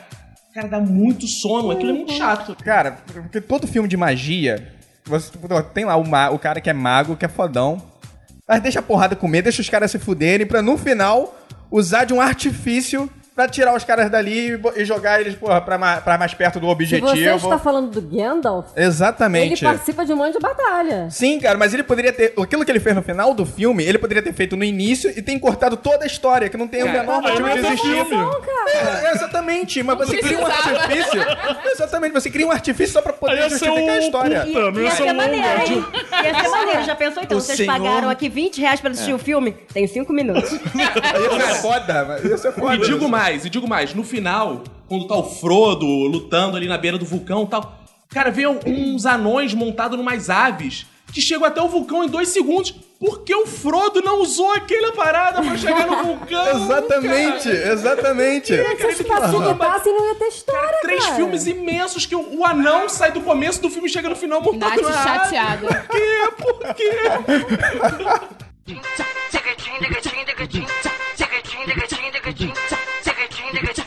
S1: cara, dá muito sono. Aquilo é muito
S9: Uhum.
S1: chato.
S6: Cara, porque todo filme de magia, você tipo, tem lá o, ma- o cara que é mago, que é fodão. Mas deixa a porrada comer, deixa os caras se fuderem pra no final usar de um artifício pra tirar os caras dali e, bo- e jogar eles porra, pra, ma- pra mais perto do
S9: Se você
S6: objetivo.
S9: está falando do Gandalf, ele
S6: Exatamente.
S9: participa de um monte de batalha.
S6: Sim, cara, mas ele poderia ter. Aquilo que ele fez no final do filme, ele poderia ter feito no início e tem cortado toda a história, que não tem o
S9: Cara,
S6: menor
S9: mas
S6: motivo
S9: não
S6: de
S9: é
S6: existir.
S9: filme.
S6: É, exatamente, mas
S9: Não
S6: você cria um
S9: precisava.
S6: artifício. Exatamente, você cria um artifício só pra
S5: Aí
S6: poder
S5: ia ser
S6: justificar a
S5: um
S6: história.
S5: puta, não
S4: Ia ser
S8: um
S4: maneiro, é hein? Ia ser
S9: é
S4: maneiro. Já pensou então?
S6: O
S4: Vocês
S6: senhor-
S4: pagaram aqui 20 reais pra assistir
S6: É.
S4: o filme? Tem 5 minutos.
S6: Isso é foda, mas isso é foda.
S1: E digo mais, e digo mais, no final, quando tá o Frodo lutando ali na beira do vulcão e tal. Cara, vê uns anões montados numas aves que chegam até o vulcão em dois segundos. Por que o Frodo não usou aquela parada pra chegar no vulcão?
S6: Exatamente, exatamente.
S9: Se passasse
S1: Aham.
S9: do passe, não ia ter história,
S1: é Três
S9: cara.
S1: filmes imensos que o, o anão sai do começo do filme e chega no final
S8: Nath
S1: montado na árvore.
S8: chateada.
S1: Por quê? Por quê?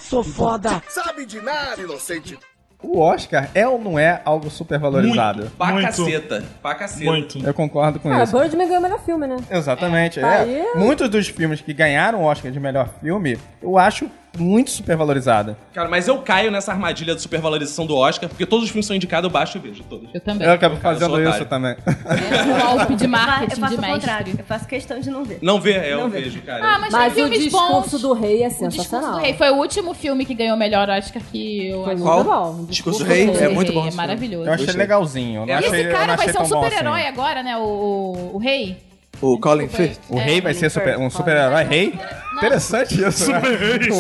S10: Sou foda! Sabe de nada, inocente!
S6: O Oscar é ou não é algo super valorizado?
S1: Pra caceta. Pra caceta.
S6: Eu concordo com
S9: Ah,
S6: isso.
S9: Birdman ganhou o melhor filme, né?
S6: Exatamente. é.
S9: Aí é-
S6: Muitos dos filmes que ganharam o Oscar de melhor filme, eu acho muito super valorizado.
S1: Cara, mas eu caio nessa armadilha de supervalorização do Oscar, porque todos os filmes são indicados, eu baixo e vejo todos.
S8: É, Eu também. Um
S6: Eu acabo
S1: Cara, eu sou
S6: fazendo isso
S1: otário.
S6: também.
S8: golpe de marketing
S4: eu faço
S8: de
S4: o
S8: mestre.
S4: contrário. Eu faço questão de não ver.
S1: Não vê, é, eu
S4: Não vê.
S1: vejo, cara.
S8: Ah, mas,
S9: Mas
S8: tem
S9: o
S8: filmes
S9: discurso
S8: bons.
S9: do rei é
S8: O Discurso do
S9: sensacional.
S8: Rei foi o último filme que ganhou o melhor Oscar que eu acho.
S9: Muito bom. O
S2: Discurso do Rei é muito bom.
S8: É maravilhoso.
S6: Eu achei legalzinho. eu não
S1: E
S8: E
S6: achei,
S8: esse
S6: eu não
S8: cara vai
S6: achei
S8: ser um
S6: tão bom
S8: super-herói
S6: assim.
S8: agora, né? O, o, o rei. É.
S2: O Colin Firth.
S6: O rei vai ser super- um super-herói rei? Interessante isso, né?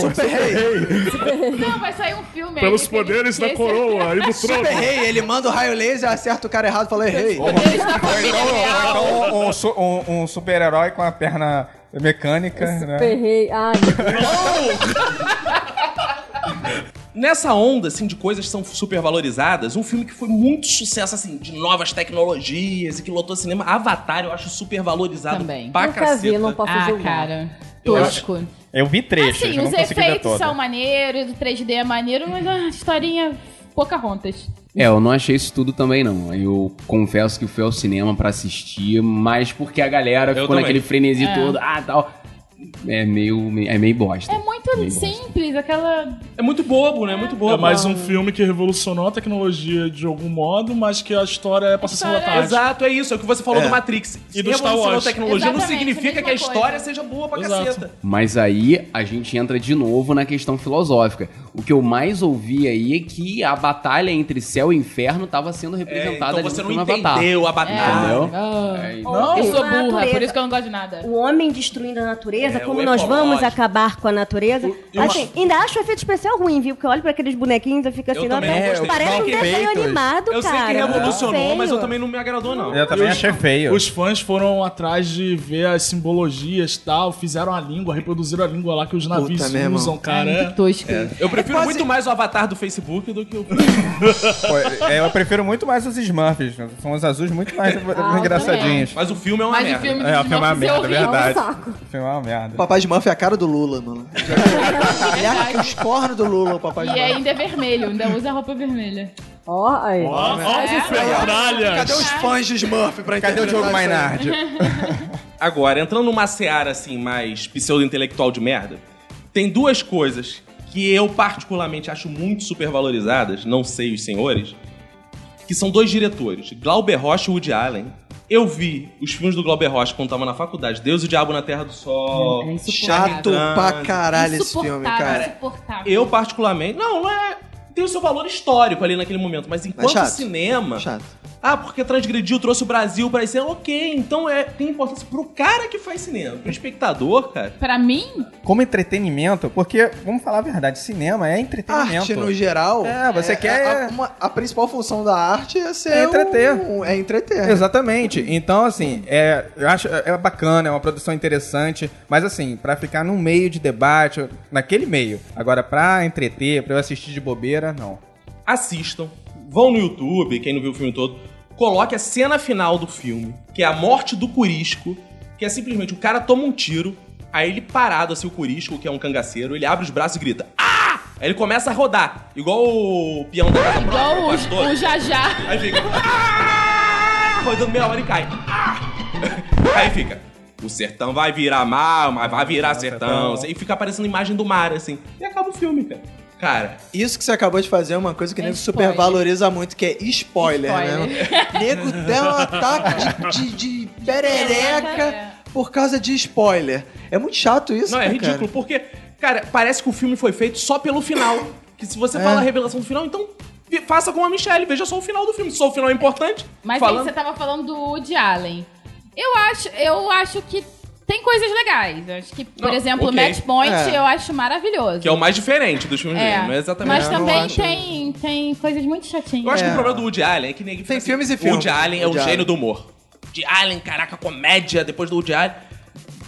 S2: Super Rei.
S8: Não, vai sair um filme
S11: Pelos
S8: aí, que ele-
S11: poderes
S8: que
S11: da
S8: esse-
S11: coroa e do trono.
S2: Super Rei. Ele manda o raio laser, acerta o cara errado e fala errei.
S8: Poderes da família real.
S6: Então, um, su- um- um super-herói com a perna mecânica, né?
S9: Ferrei. Ai,
S1: Nessa onda, assim, de coisas que são supervalorizadas, um filme que foi muito sucesso, assim, de novas tecnologias e que lotou cinema, Avatar, eu acho supervalorizado
S8: Também.
S1: pra
S9: nunca
S1: caceta.
S9: vi, não posso
S8: Ah,
S9: julgar.
S8: cara.
S6: Eu
S8: Tosco.
S6: Eu vi trechos,
S8: Assim,
S6: eu
S8: os
S6: não consegui ver
S8: efeitos
S6: todo.
S8: são maneiros, o 3D é maneiro, mas a historinha pouca rontas.
S7: É, eu não achei isso tudo também, não. Eu confesso que fui ao cinema pra assistir, mas porque a galera ficou
S1: também.
S7: naquele frenesi
S8: É.
S7: todo, ah, tal. É meio, é meio bosta.
S8: É muito
S7: Meio bosta.
S8: simples, aquela.
S1: É muito bobo, né? É muito bobo.
S5: É mais um filme que revolucionou a tecnologia de algum modo, mas que a história é pra sessão da tarde.
S1: Exato, é isso, é o que você falou
S6: É.
S1: do Matrix.
S5: E do Star
S1: Revolucionou
S5: Wars.
S1: tecnologia não
S8: Exatamente,
S1: significa
S8: mesma
S1: que a
S8: coisa.
S1: história seja boa pra
S5: Exato.
S1: caceta.
S7: Mas aí a gente entra de novo na questão filosófica. O que eu mais ouvi aí é que a batalha entre céu e inferno estava sendo
S1: É,
S7: representada
S1: então
S7: ali no
S1: você não
S5: um
S7: filme Avatar.
S1: entendeu a batalha.
S7: Entendeu?
S8: Ah.
S7: É,
S4: Não.
S8: Eu sou
S4: Isso é
S8: burra, por
S4: natureza.
S8: isso que eu não gosto de nada.
S4: O homem destruindo a natureza,
S1: É,
S4: como
S1: o
S4: nós vamos
S1: ecológico.
S4: acabar com a natureza.
S1: e uma-
S4: Assim, ainda acho o efeito especial ruim, viu? Porque eu olho pra aqueles bonequinhos e fico assim,
S1: Eu também não
S4: parece-
S1: gostei.
S4: parece um
S6: Mal
S4: desenho
S6: feitos.
S4: animado,
S1: Eu sei
S4: cara.
S1: que revolucionou,
S4: Feio.
S1: mas eu também não me agradou, não.
S6: Eu também achei feio.
S5: Os fãs foram atrás de ver as simbologias e tal, fizeram a língua, reproduziram a língua lá que os navios
S2: Puta, meu irmão.
S5: usam, cara. É.
S8: Muito tosco.
S1: Eu
S8: É
S1: prefiro muito mais o avatar do Facebook do que o.
S6: Pô, é, eu prefiro muito mais os Smurfs. São os azuis muito mais engraçadinhos.
S1: Mas o filme é uma
S8: Mas o
S1: merda.
S8: filme
S6: É, o filme é uma
S8: dos
S6: merda,
S8: Smurfs é
S6: é
S8: horrível.
S6: verdade.
S9: saco.
S6: O filme é uma
S2: O
S6: merda.
S2: Papai de Smurf é a cara do Lula, mano. Aliás, que os cornos do Lula, o Papai
S8: É
S2: de
S8: E
S2: Smurf.
S8: ainda é vermelho, ainda usa roupa vermelha.
S9: ó, aí.
S5: Ó, ó,
S8: É.
S5: ferralhas!
S2: Cadê os fãs de Smurf pra
S6: Cadê o Diogo
S2: interpretar isso aí?
S6: Mainardi?
S1: Agora, entrando numa seara assim, mais pseudo-intelectual de merda, tem duas coisas que eu particularmente acho muito supervalorizadas, não sei os senhores, que são dois diretores, Glauber Rocha e Woody Allen. Eu vi os filmes do Glauber Rocha quando tava na faculdade, Deus e o Diabo na Terra do Sol.
S8: É insuportável.
S2: Chato pra caralho esse filme, cara.
S8: Insuportável.
S1: Eu particularmente, não, não é, tem o seu valor histórico ali naquele momento, mas enquanto
S2: chato.
S1: cinema,
S2: Chato.
S1: Ah, porque transgrediu, trouxe o Brasil pra isso. Ok, então é, tem importância pro cara que faz cinema. Pro espectador, cara.
S8: Pra mim,
S6: Como entretenimento, porque, vamos falar a verdade, cinema é entretenimento.
S2: Arte no geral.
S6: É, você quer-
S2: A, uma- a principal função da arte é ser.
S6: É entreter.
S2: um- é entreter.
S6: Exatamente. Então, assim, é, eu acho é bacana, é uma produção interessante, mas assim, pra ficar num meio de debate, naquele meio. Agora, pra entreter, pra eu assistir de bobeira, não.
S1: Assistam. Vão no YouTube, quem não viu o filme todo. Coloque a cena final do filme, que é a morte do Curisco. Que é simplesmente o cara toma um tiro, aí ele parado, assim, o Curisco, que é um cangaceiro, ele abre os braços e grita. Ah! Aí ele começa a rodar, igual o peão da casa
S8: igual
S1: própria, pastor.
S8: o, o Jajá.
S1: Aí fica. "Ah!" Rodando meia hora e cai. "Ah!" Aí fica. O sertão vai virar mar, mas vai virar sertão. E fica aparecendo imagem do mar, assim. E acaba o filme, cara. Cara,
S2: Isso que você acabou de fazer é uma coisa que
S8: É
S2: nego
S8: spoiler.
S2: supervaloriza muito, que é spoiler,
S8: Spoiler.
S2: né? nego deu um ataque de, de, de
S8: É,
S2: perereca por causa de spoiler. É muito chato isso.
S1: não, é
S2: né,
S1: ridículo, porque, cara, parece que o filme foi feito só pelo final. Que se você
S2: É.
S1: fala a revelação do final, então vi- faça como a Michelle, veja só o final do filme. Só o final é importante.
S8: Mas aí
S1: falando...
S8: você tava falando do Woody Allen. Eu acho, eu acho que Tem coisas legais. Eu Acho que, por
S1: Não,
S8: exemplo, o
S1: ok.
S8: Match Point
S1: É.
S8: eu acho maravilhoso.
S1: Que é o mais diferente dos filmes
S8: É,
S1: dele, não é exatamente
S8: Mas
S1: o mesmo.
S8: também tem, tem coisas muito chatinhas.
S1: Eu acho que o problema do Woody Allen é que ninguém. Tem filmes e
S2: filmes.
S1: O Woody Allen é o
S2: Woody
S1: gênio
S2: Allen.
S1: do humor. Woody Allen, caraca, comédia, depois do Woody Allen.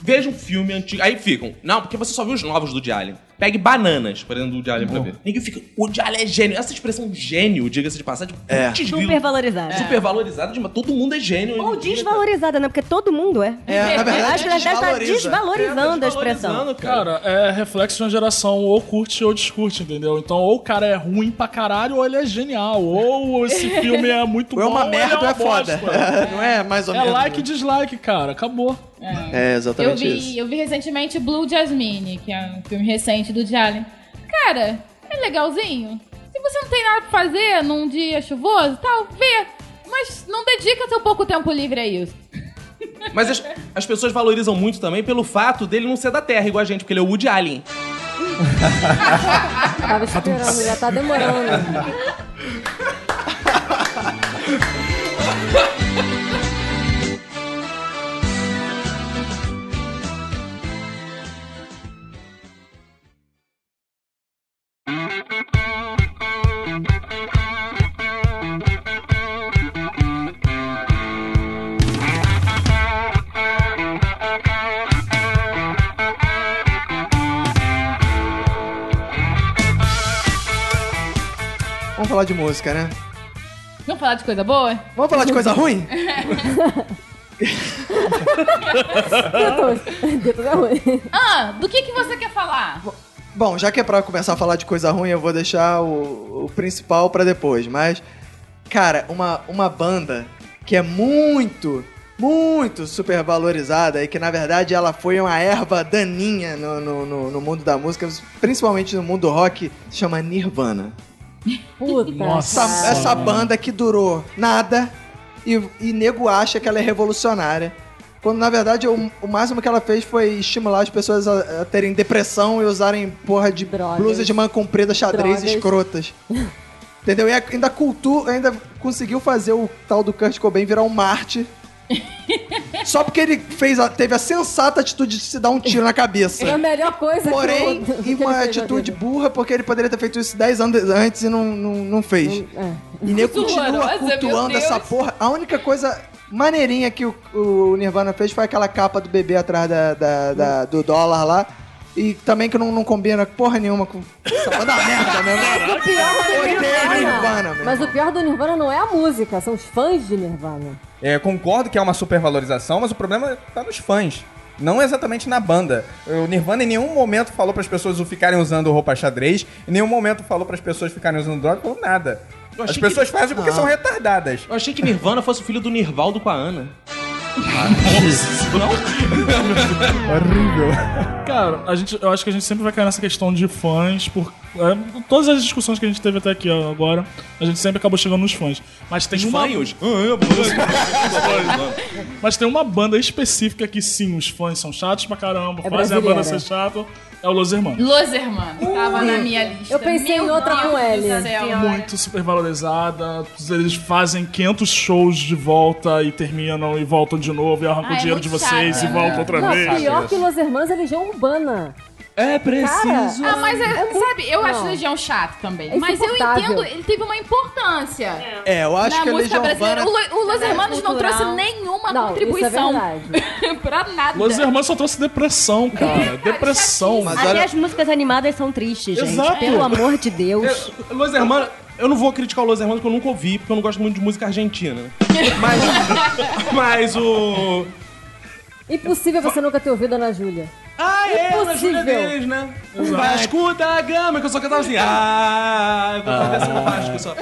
S1: Veja um filme antigo. Aí ficam. Não, porque você só viu os novos do Woody Allen. Pegue bananas, por exemplo, do Woody Allen pra ver. Ninguém fica. O Woody Allen é gênio. Essa expressão gênio, diga-se de passagem, é.
S4: Super valorizada.
S1: super valorizada de uma. Todo mundo é gênio.
S4: Ou desvalorizada, né? Porque todo mundo é.
S5: na verdade,
S4: Acho que a gente tá
S5: desvaloriza.
S1: É,
S4: desvalorizando
S1: tá
S4: a expressão.
S5: Cara, é reflexo de uma geração ou curte ou descurte, entendeu? Então, ou o cara é ruim pra caralho, ou ele é genial. Ou esse filme é muito
S2: Ou é
S5: bom.
S2: uma merda,
S5: ou ele
S2: ou é foda.
S5: bosta.
S2: Não é mais ou
S5: É
S2: menos,
S5: like
S2: né?
S5: e dislike, cara. Acabou.
S2: É,
S8: Eu
S2: exatamente isso.
S8: vi, eu vi recentemente Blue Jasmine, que é um filme recente do Woody Allen. Cara, é legalzinho. Se você não tem nada pra fazer num dia chuvoso e tal, vê. Mas não dedica seu pouco tempo livre a isso.
S1: Mas as, as pessoas valorizam muito também pelo fato dele não ser da Terra igual a gente, porque ele é o Woody Allen.
S9: Tava esperando, já tá demorando.
S2: Vamos falar de música, né?
S8: Vamos falar de coisa boa?
S2: Vamos falar de coisa ruim?
S8: ah, do que, que você quer falar?
S2: Bom, já que é pra começar a falar de coisa ruim, eu vou deixar o, o principal pra depois. Mas, cara, uma, uma banda que é muito, muito super valorizada e que, na verdade, ela foi uma erva daninha no, no, no- no mundo da música, principalmente no mundo rock, se chama Nirvana.
S9: Puta.
S2: Nossa,
S9: cara.
S2: essa banda que durou nada e, e nego acha que ela é revolucionária. Quando na verdade o, o máximo que ela fez foi estimular as pessoas a, a terem depressão e usarem porra de blusa de manga comprida, xadrez e
S9: Drogas.
S2: escrotas. Entendeu? E a- ainda cultu, ainda conseguiu fazer o tal do Kurt Cobain virar um Marte. Só porque ele fez a- teve a sensata atitude de se dar um tiro na cabeça.
S9: É a melhor coisa
S2: Porém,
S9: que eu- que
S2: e
S9: ele
S2: uma
S9: fez na
S2: atitude burra, porque ele poderia ter feito isso 10 anos antes e não, não, não fez.
S9: é.
S2: E nego
S9: Muito
S2: continua
S8: é,
S9: horrorosa, meu
S2: cultuando
S9: Deus.
S2: essa porra. A única coisa maneirinha que o, o Nirvana fez foi aquela capa do bebê atrás da, da- da- do dólar lá. E também que não, não combina porra nenhuma com. Essa banda é uma merda, né?
S9: O pior do
S2: Odeio Nirvana,
S9: Nirvana.
S2: meu
S9: Mas o pior do Nirvana não é a música, são os fãs de Nirvana.
S6: É, concordo que é uma supervalorização, mas o problema tá nos fãs. Não exatamente na banda. O Nirvana em nenhum momento falou para as pessoas ficarem usando roupa xadrez, em nenhum momento falou para as pessoas ficarem usando droga, falou nada.
S1: Eu achei
S6: As pessoas
S1: que-
S6: fazem porque
S1: Não.
S6: são retardadas.
S1: Eu achei que Nirvana fosse o filho do Nirvaldo com a Ana.
S5: Não?
S6: Horrível.
S5: Cara, a gente, eu acho que a gente sempre vai cair nessa questão de fãs, por é, todas as discussões que a gente teve até aqui ó, agora, a gente sempre acabou chegando nos fãs. Mas tem uma...
S1: fanhos?
S5: Mas tem uma banda específica que sim, os fãs são chatos pra caramba,
S8: É
S5: fazem a banda ser
S8: brasileira.
S5: chata, é o Los Hermanos.
S8: Los Hermanos. Tava na minha lista.
S9: Eu pensei em
S8: Meu
S9: outra
S8: Deus
S9: com
S8: do
S9: L.
S8: céu.
S5: É muito super valorizada. Eles fazem 500 shows de volta e terminam e voltam de novo e arrancam
S9: Ah, é
S5: o dinheiro
S9: muito
S5: de vocês
S9: chato,
S5: e
S9: né?
S5: voltam outra
S9: Não,
S5: vez.
S9: pior que Los Hermanos é Legião Urbana.
S5: É preciso.
S8: Ah, mas é-
S9: muito-
S8: sabe, eu acho
S9: não.
S8: Legião chato também.
S9: É
S8: mas eu
S9: insuportável.
S8: entendo, ele teve uma importância.
S2: É, eu acho
S8: na
S2: que a
S8: música
S2: Legião
S8: brasileira. é um
S2: Urbana- é
S8: O, Lo- o Los Hermanos não
S9: Cultural.
S8: trouxe nenhuma
S9: Não,
S8: contribuição.
S9: isso é
S8: pra nada.
S5: Los Hermanos é só trouxe depressão, cara.
S9: Tá
S5: Depressão.
S9: é
S4: Até as músicas animadas são tristes, gente.
S5: Exato.
S4: Pelo amor de Deus.
S1: Eu- Los Hermanos, eu não vou criticar o Los Hermanos porque eu nunca ouvi, porque eu não gosto muito de música argentina. né? Mas, mas o.
S9: Impossível você nunca ter ouvido a Ana Júlia.
S1: Ah,
S9: é,
S1: Ana Júlia deles, né? Vasco da Gama, que eu só cantava assim. Ah, eu ah. Vasco só.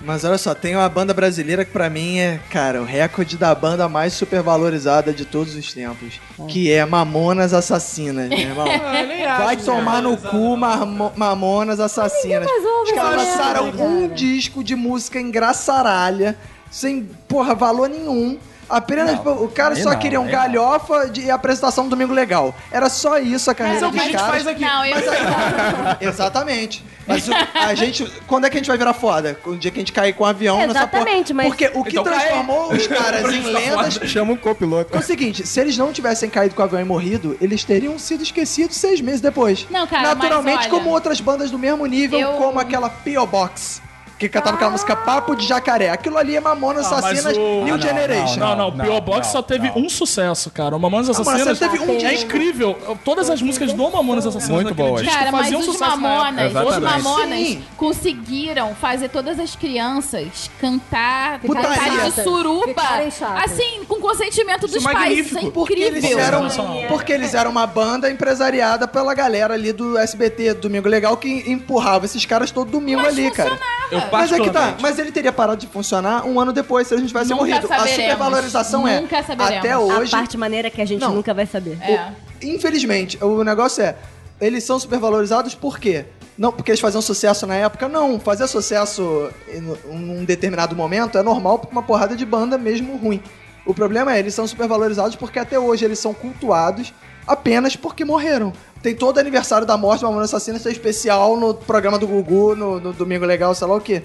S2: Mas olha só, tem uma banda brasileira que pra mim é, cara, o recorde da banda mais supervalorizada de todos os tempos.
S6: Ah.
S2: Que é Mamonas Assassinas, meu irmão.
S10: Ah, eu nem acho
S2: Vai tomar no cu Marmo- Mamonas Assassinas.
S10: Ninguém mais ouve
S2: Os caras
S10: essa
S2: lançaram
S10: merda,
S2: um disco de música engraçaralha, sem, porra, valor nenhum. Apenas pô, o cara
S6: Aí
S2: só
S6: não,
S2: queria um
S6: aí
S2: galhofa de- e apresentação do Domingo Legal. Era só isso a carreira
S10: Mas é o que
S2: dos
S10: a gente
S2: caras.
S10: faz aqui. Não, eu-
S2: Mas aí- Exatamente. Mas o- a gente. Quando é que a gente vai virar foda? O dia que a gente cair com um avião
S4: Exatamente,
S2: nessa porra. Porque
S4: mas-
S2: o que
S4: Então cai.
S2: transformou os caras em
S4: Pra gente tá
S2: lendas
S4: foda.
S6: Chama um copiloto.
S2: é o seguinte, se eles não tivessem caído com o avião e morrido, eles teriam sido esquecidos seis meses depois.
S8: Não, cara, mas
S2: Naturalmente,
S8: olha-
S2: como outras bandas do mesmo nível,
S8: Eu- Ah.
S2: como aquela P.O. Box, que cantava aquela música Papo de Jacaré. Aquilo ali é Mamonas
S5: Ah, mas
S2: Assassinas,
S5: o-
S2: New
S5: Ah, não,
S2: Generation.
S5: Não, não, não. O P.O. Box só teve um sucesso, cara. O Mamonas
S2: Ah, mas
S5: Assassinas
S2: você teve um
S5: é
S2: disco.
S5: incrível. Todas as músicas do Mamonas Assassinas
S6: Muito
S5: naquele
S6: boas.
S5: disco
S8: Cara, mas
S5: faziam
S8: os
S5: um sucesso na época.
S8: mamonas, os
S6: Exatamente.
S8: mamonas
S2: Sim.
S8: conseguiram fazer todas as crianças cantar,
S2: Putaria.
S8: cantar de
S2: Chatas.
S8: suruba,
S9: Ficarem chatas.
S8: assim, com consentimento dos pais. Isso é incrível.
S2: Porque eles, eram, porque eles eram uma banda empresariada pela galera ali do SBT, Domingo Legal, que empurrava esses caras todo domingo
S8: Mas
S2: ali, cara.
S8: funcionava.
S1: Eu
S2: mas é que tá,
S1: particularmente-
S2: mas ele teria parado de funcionar um ano depois se eles não tivessem
S8: Nunca
S2: morrido. A
S8: saberemos.
S2: supervalorização é
S8: Nunca saberemos.
S2: até hoje.
S4: A parte maneira é que a gente
S2: Não.
S4: nunca vai saber.
S8: É.
S2: Infelizmente, o negócio é, eles são supervalorizados por quê? Não porque eles faziam sucesso na época, não. Fazer sucesso em um determinado momento é normal pra uma porrada de banda mesmo ruim. O problema é, eles são supervalorizados porque até hoje eles são cultuados apenas porque morreram. Tem todo aniversário da morte do Mamona Assassina, tem especial no programa do Gugu, no, no Domingo Legal, sei lá o quê.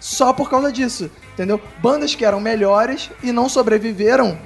S2: Só por causa disso, entendeu? Bandas que eram melhores e não sobreviveram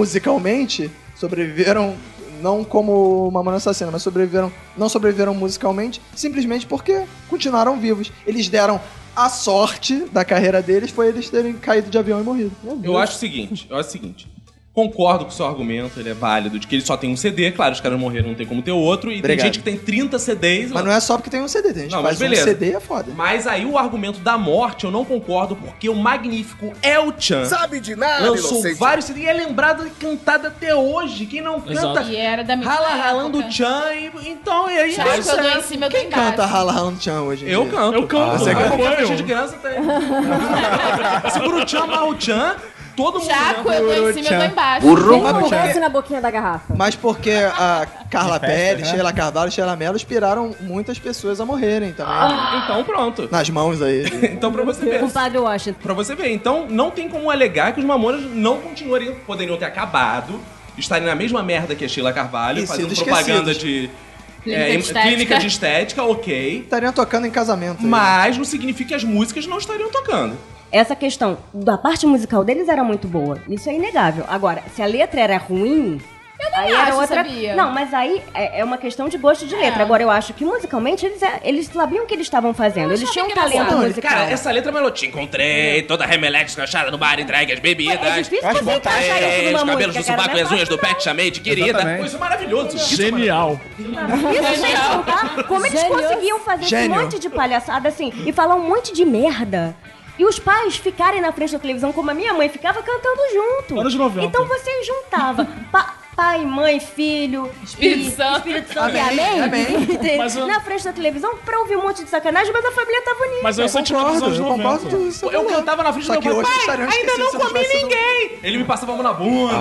S2: musicalmente, sobreviveram não como uma Mamona Assassina, mas sobreviveram, não sobreviveram musicalmente, simplesmente porque continuaram vivos. Eles deram a sorte da carreira deles foi eles terem caído de avião e morrido. Meu Deus.
S1: Eu acho o seguinte, eu acho o seguinte. Concordo com o seu argumento, ele é válido, de que ele só tem um CD, claro, os caras morreram, não tem como ter outro, e
S2: Obrigado.
S1: tem gente que tem 30 CDs.
S2: Mas não é só porque tem um CD, tem gente
S1: Não,
S2: que
S1: mas
S2: faz um
S1: beleza.
S2: CD é foda.
S1: Mas aí o argumento da morte eu não concordo, porque o magnífico El Chan
S10: Sabe de nada,
S1: lançou
S10: inocente.
S1: vários CDs e é lembrado e cantado até hoje. Quem não canta,
S8: E era da minha
S1: rala
S8: época.
S1: ralando o Chan e. Então, e aí
S8: Chan,
S1: é
S8: que eu
S1: isso.
S8: dou em cima, eu dou
S2: Quem
S8: embaixo.
S2: canta Hala Hound Chan hoje? em
S1: Eu
S2: dia?
S1: canto. Ah,
S5: Eu canto,
S2: você
S1: eu
S2: canta?
S1: acompanho.
S5: acompanho.
S1: de tá criança tem. Segura o Chan, mal o Chan, todo mundo.
S8: Chaco, eu dou em cima, eu dou embaixo.
S2: Mas por quê?
S9: Desce na boquinha da garrafa.
S2: Mas porque a Carla
S6: festa,
S2: Pérez,
S6: né?
S2: Sheila Carvalho, Sheila Mello inspiraram muitas pessoas a morrerem também.
S1: Então pronto.
S2: Nas mãos aí.
S1: Então pra você ver.
S4: O padre Washington.
S1: Pra você ver, então não tem como alegar que os Mamonas não continuariam, poderiam ter acabado, estarem na mesma merda que a Sheila Carvalho,
S2: E
S1: fazendo
S2: sido
S1: propaganda
S2: esquecidos.
S1: de
S8: Clínica
S1: é,
S8: de
S1: em-
S8: estética.
S1: clínica de estética, ok.
S2: Estariam tocando em casamento. aí.
S1: Mas não significa que as músicas não estariam tocando.
S4: Essa questão da parte musical deles era muito boa. Isso é inegável. Agora, se a letra era ruim. Eu não aí era
S8: acho,
S4: outra...
S8: sabia?
S4: Não, mas aí é é uma questão de gosto de letra.
S8: É.
S4: Agora, eu acho que musicalmente eles, é- eles sabiam o que eles estavam fazendo. Eles
S8: achava
S4: tinham um
S8: engraçado.
S4: talento
S2: Não,
S4: musical.
S1: Cara, essa letra melhor. Te encontrei, toda remelete escrachada no bar, entregue as bebidas.
S4: É difícil
S6: acho
S4: você
S6: bom, tá?
S4: encaixar isso
S1: É,
S4: numa
S1: os cabelos
S4: música,
S1: do
S4: cara,
S1: sovaco
S4: não
S1: e
S4: é
S1: as unhas do
S4: fácil,
S1: pet, chamei de querida.
S6: Exatamente.
S1: Pô, isso é maravilhoso. isso é
S5: Genial.
S4: não. Isso, gente, não tá? Como eles
S9: Gênios.
S4: conseguiam fazer esse
S2: Gênio.
S4: monte de palhaçada assim e falar um monte de merda? E os pais ficarem na frente da televisão, como a minha mãe ficava, cantando junto.
S5: Anos 90.
S4: Então você juntava pa- pai, mãe, filho,
S8: Espírito
S4: e-
S8: Santo.
S4: Espírito Santo e
S2: Amém,
S4: amém.
S2: amém.
S5: Mas eu-
S4: Na frente da televisão pra ouvir um monte de sacanagem, mas a família tava unida.
S5: Mas eu senti uma dos
S2: Concordo,
S5: anos
S2: eu concordo com
S5: 90.
S2: tudo isso.
S1: Pô, Eu cantava na frente
S2: Só
S1: do
S2: que
S1: meu
S2: hoje
S1: pai,
S2: estariam
S1: pai ainda
S2: esquecidos
S1: não
S2: se não
S1: comi
S2: tivesse sido-
S1: ninguém. Ele me passava a mão na
S2: Ah.
S1: bunda.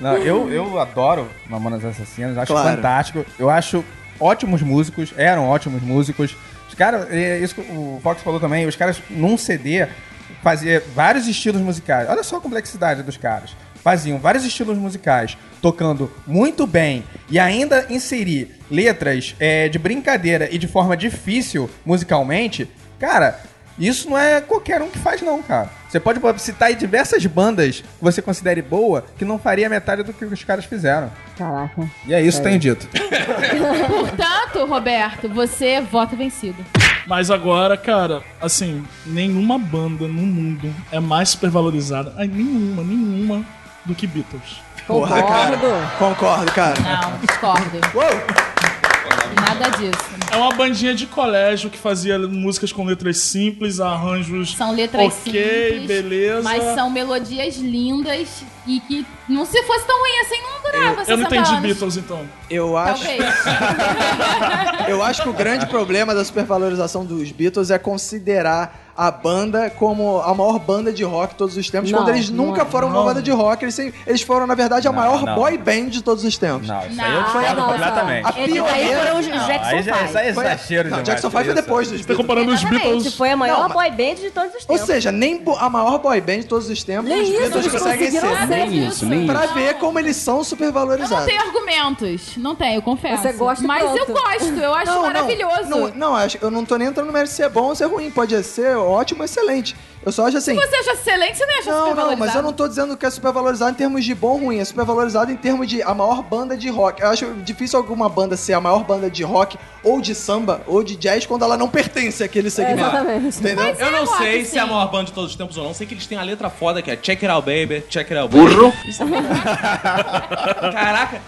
S6: Não, eu, eu adoro Mamonas Assassinas, acho
S2: Claro.
S6: fantástico. Eu acho ótimos músicos, eram ótimos músicos. Os caras, é isso que o Fox falou também, os caras num CD faziam vários estilos musicais. Olha só a complexidade dos caras. Faziam vários estilos musicais, tocando muito bem e ainda inserir letras é, de brincadeira e de forma difícil musicalmente. Cara, isso não é qualquer um que faz, não, cara. Você pode citar aí diversas bandas que você considere boa que não faria metade do que os caras fizeram.
S9: Caraca.
S6: E é isso, tenho dito.
S8: Portanto, Roberto, você vota vencido.
S5: Mas agora, cara, assim, nenhuma banda no mundo é mais supervalorizada. Ai, nenhuma, nenhuma do que Beatles.
S2: Porra, cara. Concordo, cara.
S8: Não, discordo. Nada disso.
S5: É uma bandinha de colégio que fazia músicas com letras simples, arranjos.
S8: São letras
S5: Ok,
S8: simples.
S5: beleza.
S8: Mas são melodias lindas E que não se fosse tão ruim assim, não durava
S5: Eu
S8: 60
S5: não entendi
S8: anos.
S5: Beatles, então.
S2: Eu
S8: Tá
S2: acho. Eu acho que o grande problema da supervalorização dos Beatles é considerar a banda como a maior banda de rock de todos os tempos,
S6: Não,
S2: quando eles
S6: não
S2: nunca
S6: é,
S2: foram uma
S6: não.
S2: banda de rock, eles, sem- eles foram, na verdade, a maior
S6: não.
S2: boy band de todos os tempos.
S6: Não, isso aí eu discordo
S2: Não,
S6: completamente.
S2: A pioneira...
S6: Não, aí já- Isso aí é
S2: Foi a-
S6: exagero
S2: Não,
S6: demais.
S2: Jackson 5 foi
S6: isso.
S2: depois dos Beatles.
S6: comparando os
S4: Exatamente,
S6: Beatles.
S4: Foi a maior
S2: Não, mas-
S4: boy band de todos os
S2: Ou
S4: tempos.
S2: seja, nem bo- a maior boy band de todos os tempos,
S4: Nem
S2: os
S4: isso
S2: Beatles
S4: eles
S2: conseguem ser.
S4: conseguiram
S8: ser, Nem
S4: isso, nem
S2: pra
S8: é isso.
S2: ver como eles são
S8: Eu não
S2: supervalorizados.
S8: tenho argumentos. Não tenho, eu confesso.
S9: Você gosta e
S8: Mas eu
S9: pronto.
S8: gosto, eu acho
S2: Não, não,
S8: maravilhoso.
S2: Não, não, acho- eu não tô nem entrando no mérito se é bom ou se é ruim. Pode ser ótimo, excelente. Eu só acho assim.
S8: Se você acha excelente, você não acha
S2: Não, não,
S8: supervalorizado.
S2: mas eu não tô dizendo que é supervalorizado em termos de bom ou ruim. É supervalorizado em termos de a maior banda de rock. Eu acho difícil alguma banda ser a maior banda de rock ou de samba ou de jazz quando ela não pertence àquele segmento.
S1: exatamente.
S2: Entendeu?
S1: Eu não sei se é a maior banda de todos os tempos ou não. Sei que eles têm a letra foda que é Check It Out Baby, Check It Out Baby.
S10: Burro.
S1: Isso é- Caraca.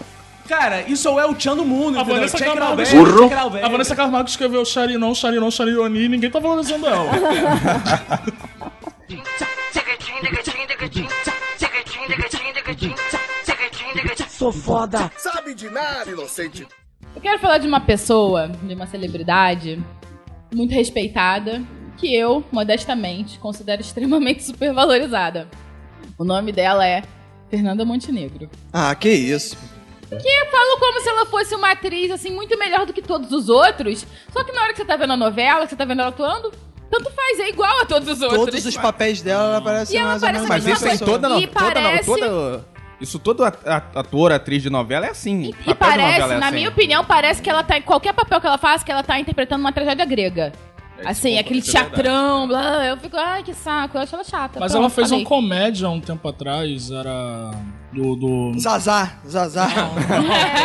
S1: Cara, isso é o El Chan do mundo,
S5: A
S1: entendeu?
S5: Vanessa
S1: Check It Out
S5: Camargo,
S1: Baby, Check It Out
S5: a
S1: Baby.
S5: Vanessa Camargo escreveu Xarinon, Xarinon, Xarironi e ninguém tá valorizando ela.
S10: Sou foda. Sabe de nada, inocente.
S8: Eu quero falar de uma pessoa, de uma celebridade muito respeitada, que eu, modestamente, considero extremamente supervalorizada. O nome dela é Fernanda Montenegro.
S2: Ah, que isso.
S8: Que eu falo como se ela fosse uma atriz, assim, muito melhor do que todos os outros. Só que na hora que você tá vendo a novela, que você tá vendo ela atuando, tanto faz, é igual a todos os outros.
S2: Todos os papéis dela ela parece
S8: E ela
S2: mais
S8: parece
S2: ou
S6: Mas
S2: menos a mesma
S6: isso aí
S2: pessoa.
S6: toda, no-
S8: E
S6: toda, no-
S8: parece-
S6: toda- Isso todo at- at- ator, atriz de novela é assim.
S8: E
S6: papel de novela
S8: parece,
S6: é
S8: na
S6: assim.
S8: minha opinião, parece que ela tá em qualquer papel que ela faz, que ela tá interpretando uma tragédia grega. assim, aquele
S5: isso é
S8: teatrão, blá, eu fico, ai, que saco, eu acho ela chata.
S5: Mas
S8: Pronto,
S5: ela fez
S8: falei.
S5: uma comédia há um tempo atrás, era do... do...
S2: Zazá, Zazá.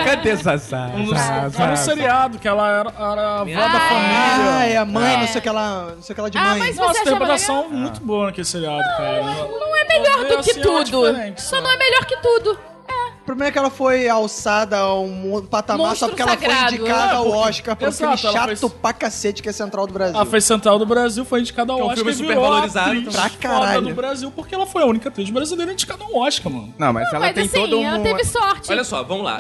S6: Cadê Zazá?
S5: Um, era um seriado que ela era, era a vó da família.
S2: Ah, é a mãe, não sei o que ela, não sei o que ela
S8: Ah,
S2: de mãe.
S5: Nossa, tem representação muito boa naquele seriado, cara.
S8: Não é melhor do
S5: Assim,
S8: que
S5: é uma
S1: tipo,
S8: tudo.
S5: diferente,
S8: Só não é melhor que tudo.
S2: O problema é que ela foi alçada a um outro patamar
S8: Monstro
S2: só porque ela
S8: sagrado.
S2: foi indicada
S8: É,
S1: Ah,
S2: ao
S8: porque-
S2: Oscar por aquele
S5: Exato, ela
S2: chato pra cacete que é Central do Brasil.
S5: Ela fez Ah, Central do Brasil, foi indicada ao
S2: Que é um
S5: Oscar.
S2: filme
S5: e virou
S2: supervalorizado,
S5: atriz
S2: pra
S5: foda
S2: caralho.
S5: do Brasil, porque ela foi a única atriz brasileira indicada ao Oscar, mano.
S6: Não, mas
S1: ela mas tem assim, todo um- ela teve
S8: sorte.
S1: Olha só, vamos lá.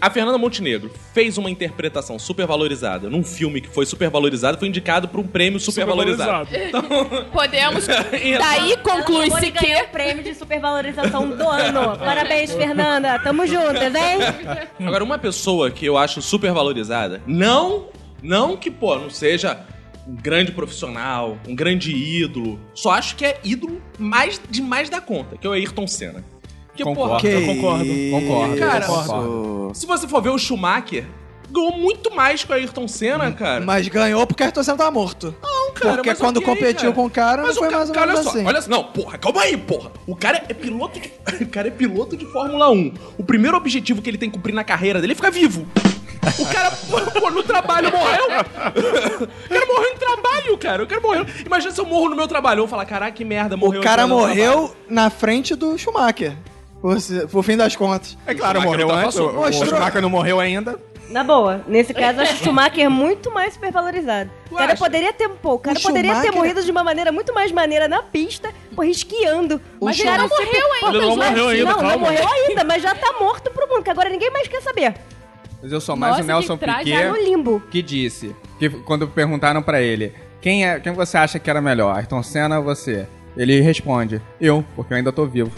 S1: A Fernanda Montenegro fez uma interpretação supervalorizada num filme que foi supervalorizado e foi indicado para um prêmio supervalorizado.
S8: Podemos. Daí
S4: Ela
S8: conclui-se
S4: acabou de ganhar
S8: que.
S4: o prêmio de supervalorização do ano. Parabéns, Fernanda. Tamo juntas, hein?
S1: Agora, uma pessoa que eu acho supervalorizada, não, não que, pô, não seja um grande profissional, um grande ídolo, só acho que é ídolo mais demais da conta, que é o Ayrton Senna. Que,
S6: Concordo, eu concordo. Concordo,
S1: Cara,
S6: concordo.
S1: se você for ver o Schumacher, ganhou muito mais que o Ayrton Senna, cara.
S2: Hum, Mas ganhou porque Ayrton Senna tava morto. Não,
S1: cara,
S2: Porque
S1: mas
S2: quando
S1: ok,
S2: competiu
S1: cara.
S2: com o cara, não
S1: Mas o
S2: foi
S1: ca-
S2: mais ou
S1: cara,
S2: menos
S1: olha
S2: assim.
S1: só, olha só. Não, porra, calma aí, porra. O cara é piloto de. O cara é piloto de Fórmula 1. O primeiro objetivo que ele tem que cumprir na carreira dele é ficar vivo. O cara, pô, no trabalho morreu. O cara morreu no trabalho, cara. O cara morreu. Imagina se eu morro no meu trabalho. Eu vou falar, caraca, que merda, morreu.
S2: o cara
S1: aqui no meu trabalho.
S2: morreu na frente do Schumacher. Por, se- por fim das contas.
S6: É claro, morreu antes. O, o Schumacher não morreu ainda.
S4: Na boa. Nesse caso, acho o Schumacher é muito mais supervalorizado. O cara poderia ter, pô, o cara
S2: O
S4: poderia
S2: Schumacher-
S4: ter morrido de uma maneira muito mais maneira na pista, por esquiando.
S2: O
S4: Mas ele não
S2: Schumacher-
S4: morreu ainda.
S6: Ele não
S4: gente.
S6: morreu ainda,
S4: Não,
S6: calma.
S4: não morreu ainda, mas já tá morto pro mundo, que agora ninguém mais quer saber.
S6: Mas eu sou mais
S4: Nossa,
S6: o Nelson
S4: que trágico.
S6: Piquet.
S4: Tá no limbo.
S6: É. Que disse. Que quando perguntaram pra ele: quem, é, quem você acha que era melhor? Ayrton Senna ou você? Ele responde: eu, porque eu ainda tô vivo.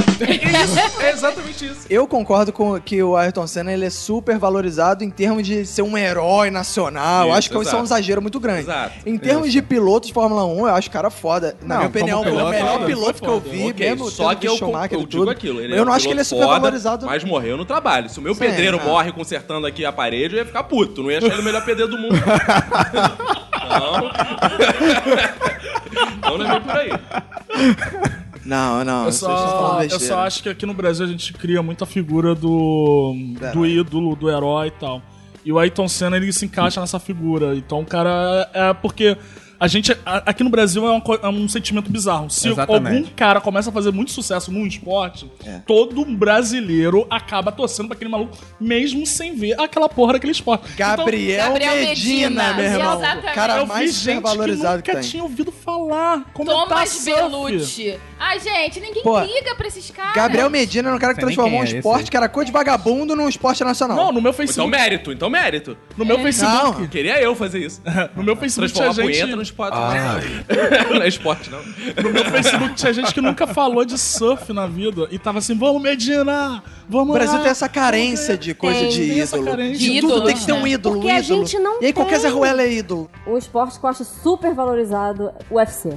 S1: É exatamente isso.
S2: Eu concordo com que o Ayrton Senna ele é super valorizado em termos de ser um herói nacional.
S1: Isso,
S2: acho que isso é um
S1: exato.
S2: exagero muito grande.
S1: Exato.
S2: Em termos de piloto de Fórmula 1, eu acho o cara foda. Na
S1: Não,
S2: minha opinião,
S1: como
S2: foi o
S1: piloto,
S2: melhor
S1: foda.
S2: piloto que eu vi,
S1: Ok,
S2: mesmo
S1: só
S2: tendo
S1: que eu,
S2: Schumacher
S1: eu
S2: e
S1: digo
S2: tudo.
S1: aquilo. ele é
S2: eu
S1: um
S2: não acho que ele é
S1: piloto
S2: super valorizado.
S1: foda, Mas morreu no trabalho. Se o meu
S2: Sim,
S1: pedreiro
S2: é.
S1: morre consertando aqui a parede, eu ia ficar puto. Não ia achar ele o melhor pedreiro do mundo. não. não é bem por aí.
S2: Não, não.
S5: Eu
S2: vocês estão falando
S5: só, eu
S2: é besteira.
S5: só acho que aqui no Brasil a gente cria muita figura do, do ídolo, do herói e tal. E o Ayrton Senna ele se encaixa nessa figura. Então o cara é porque A gente, a- aqui no Brasil, é, uma co- é um sentimento bizarro. Se
S6: Exatamente.
S5: algum cara começa a fazer muito sucesso num esporte,
S2: É.
S5: todo brasileiro acaba torcendo pra aquele maluco, mesmo sem ver aquela porra daquele esporte. Então,
S2: Gabriel Gabriel Medina, Medina, meu irmão.
S8: exatamente.
S2: Cara
S8: Eu vi
S2: mais
S8: gente que
S2: valorizado que,
S5: nunca
S2: tem.
S5: tinha ouvido falar. Como é tá
S8: Thomas Bellucci. Ai, gente, ninguém
S2: Pô,
S8: liga pra esses caras.
S2: Gabriel Medina era um cara que
S1: Sei nem
S2: transformou
S1: quem
S2: um
S1: é esse
S2: esporte
S1: aí.
S2: que era cor de vagabundo num esporte nacional.
S5: Não, no meu
S1: Então mérito, então mérito.
S5: No meu É. Facebook-
S1: Não. Queria eu fazer isso.
S5: No meu Facebook
S1: Transformar
S5: tinha gente-
S1: punheta no esporte.
S5: Ai.
S1: não é esporte, não.
S5: No meu Facebook tinha gente que nunca falou de surf na vida e tava assim, vamos Medina, vamos
S2: O Brasil
S5: lá,
S2: tem essa carência de coisa
S5: Tem,
S2: de
S5: tem essa
S2: ídolo.
S5: carência.
S2: De
S5: De
S2: tudo
S5: ídolo,
S2: tem que ter um
S5: né?
S2: ídolo.
S9: Porque
S2: um
S9: a
S2: ídolo.
S9: gente não
S2: E aí qualquer
S9: tem.
S2: Zé Ruela é ídolo.
S9: O esporte que eu acho super valorizado, UFC.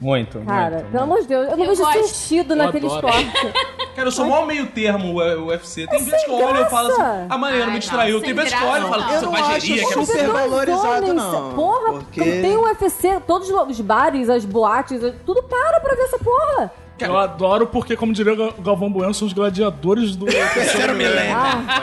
S6: Muito.
S9: Cara,
S1: muito,
S9: pelo amor de Deus, eu não
S8: Eu
S9: vejo
S8: gosto.
S9: sentido
S1: Eu
S9: naquele
S1: adoro.
S9: esporte.
S1: Cara, eu sou mó meio termo o UFC. Tem vezes que
S9: sem
S1: eu olho e eu falo
S9: graça.
S1: assim, a Mariana me distraiu. Tem vezes que eu olho e falo,
S2: Eu não acho
S1: selvageria, que é
S2: super
S1: absurdo.
S2: valorizado,
S9: Homens,
S2: não.
S9: é Porra,
S2: Porque-
S9: tu tem o UFC, todos os lo- os bares, as boates, tudo para pra ver essa porra.
S5: Eu adoro porque, como diria o Galvão Bueno, são os gladiadores do terceiro
S1: milênio.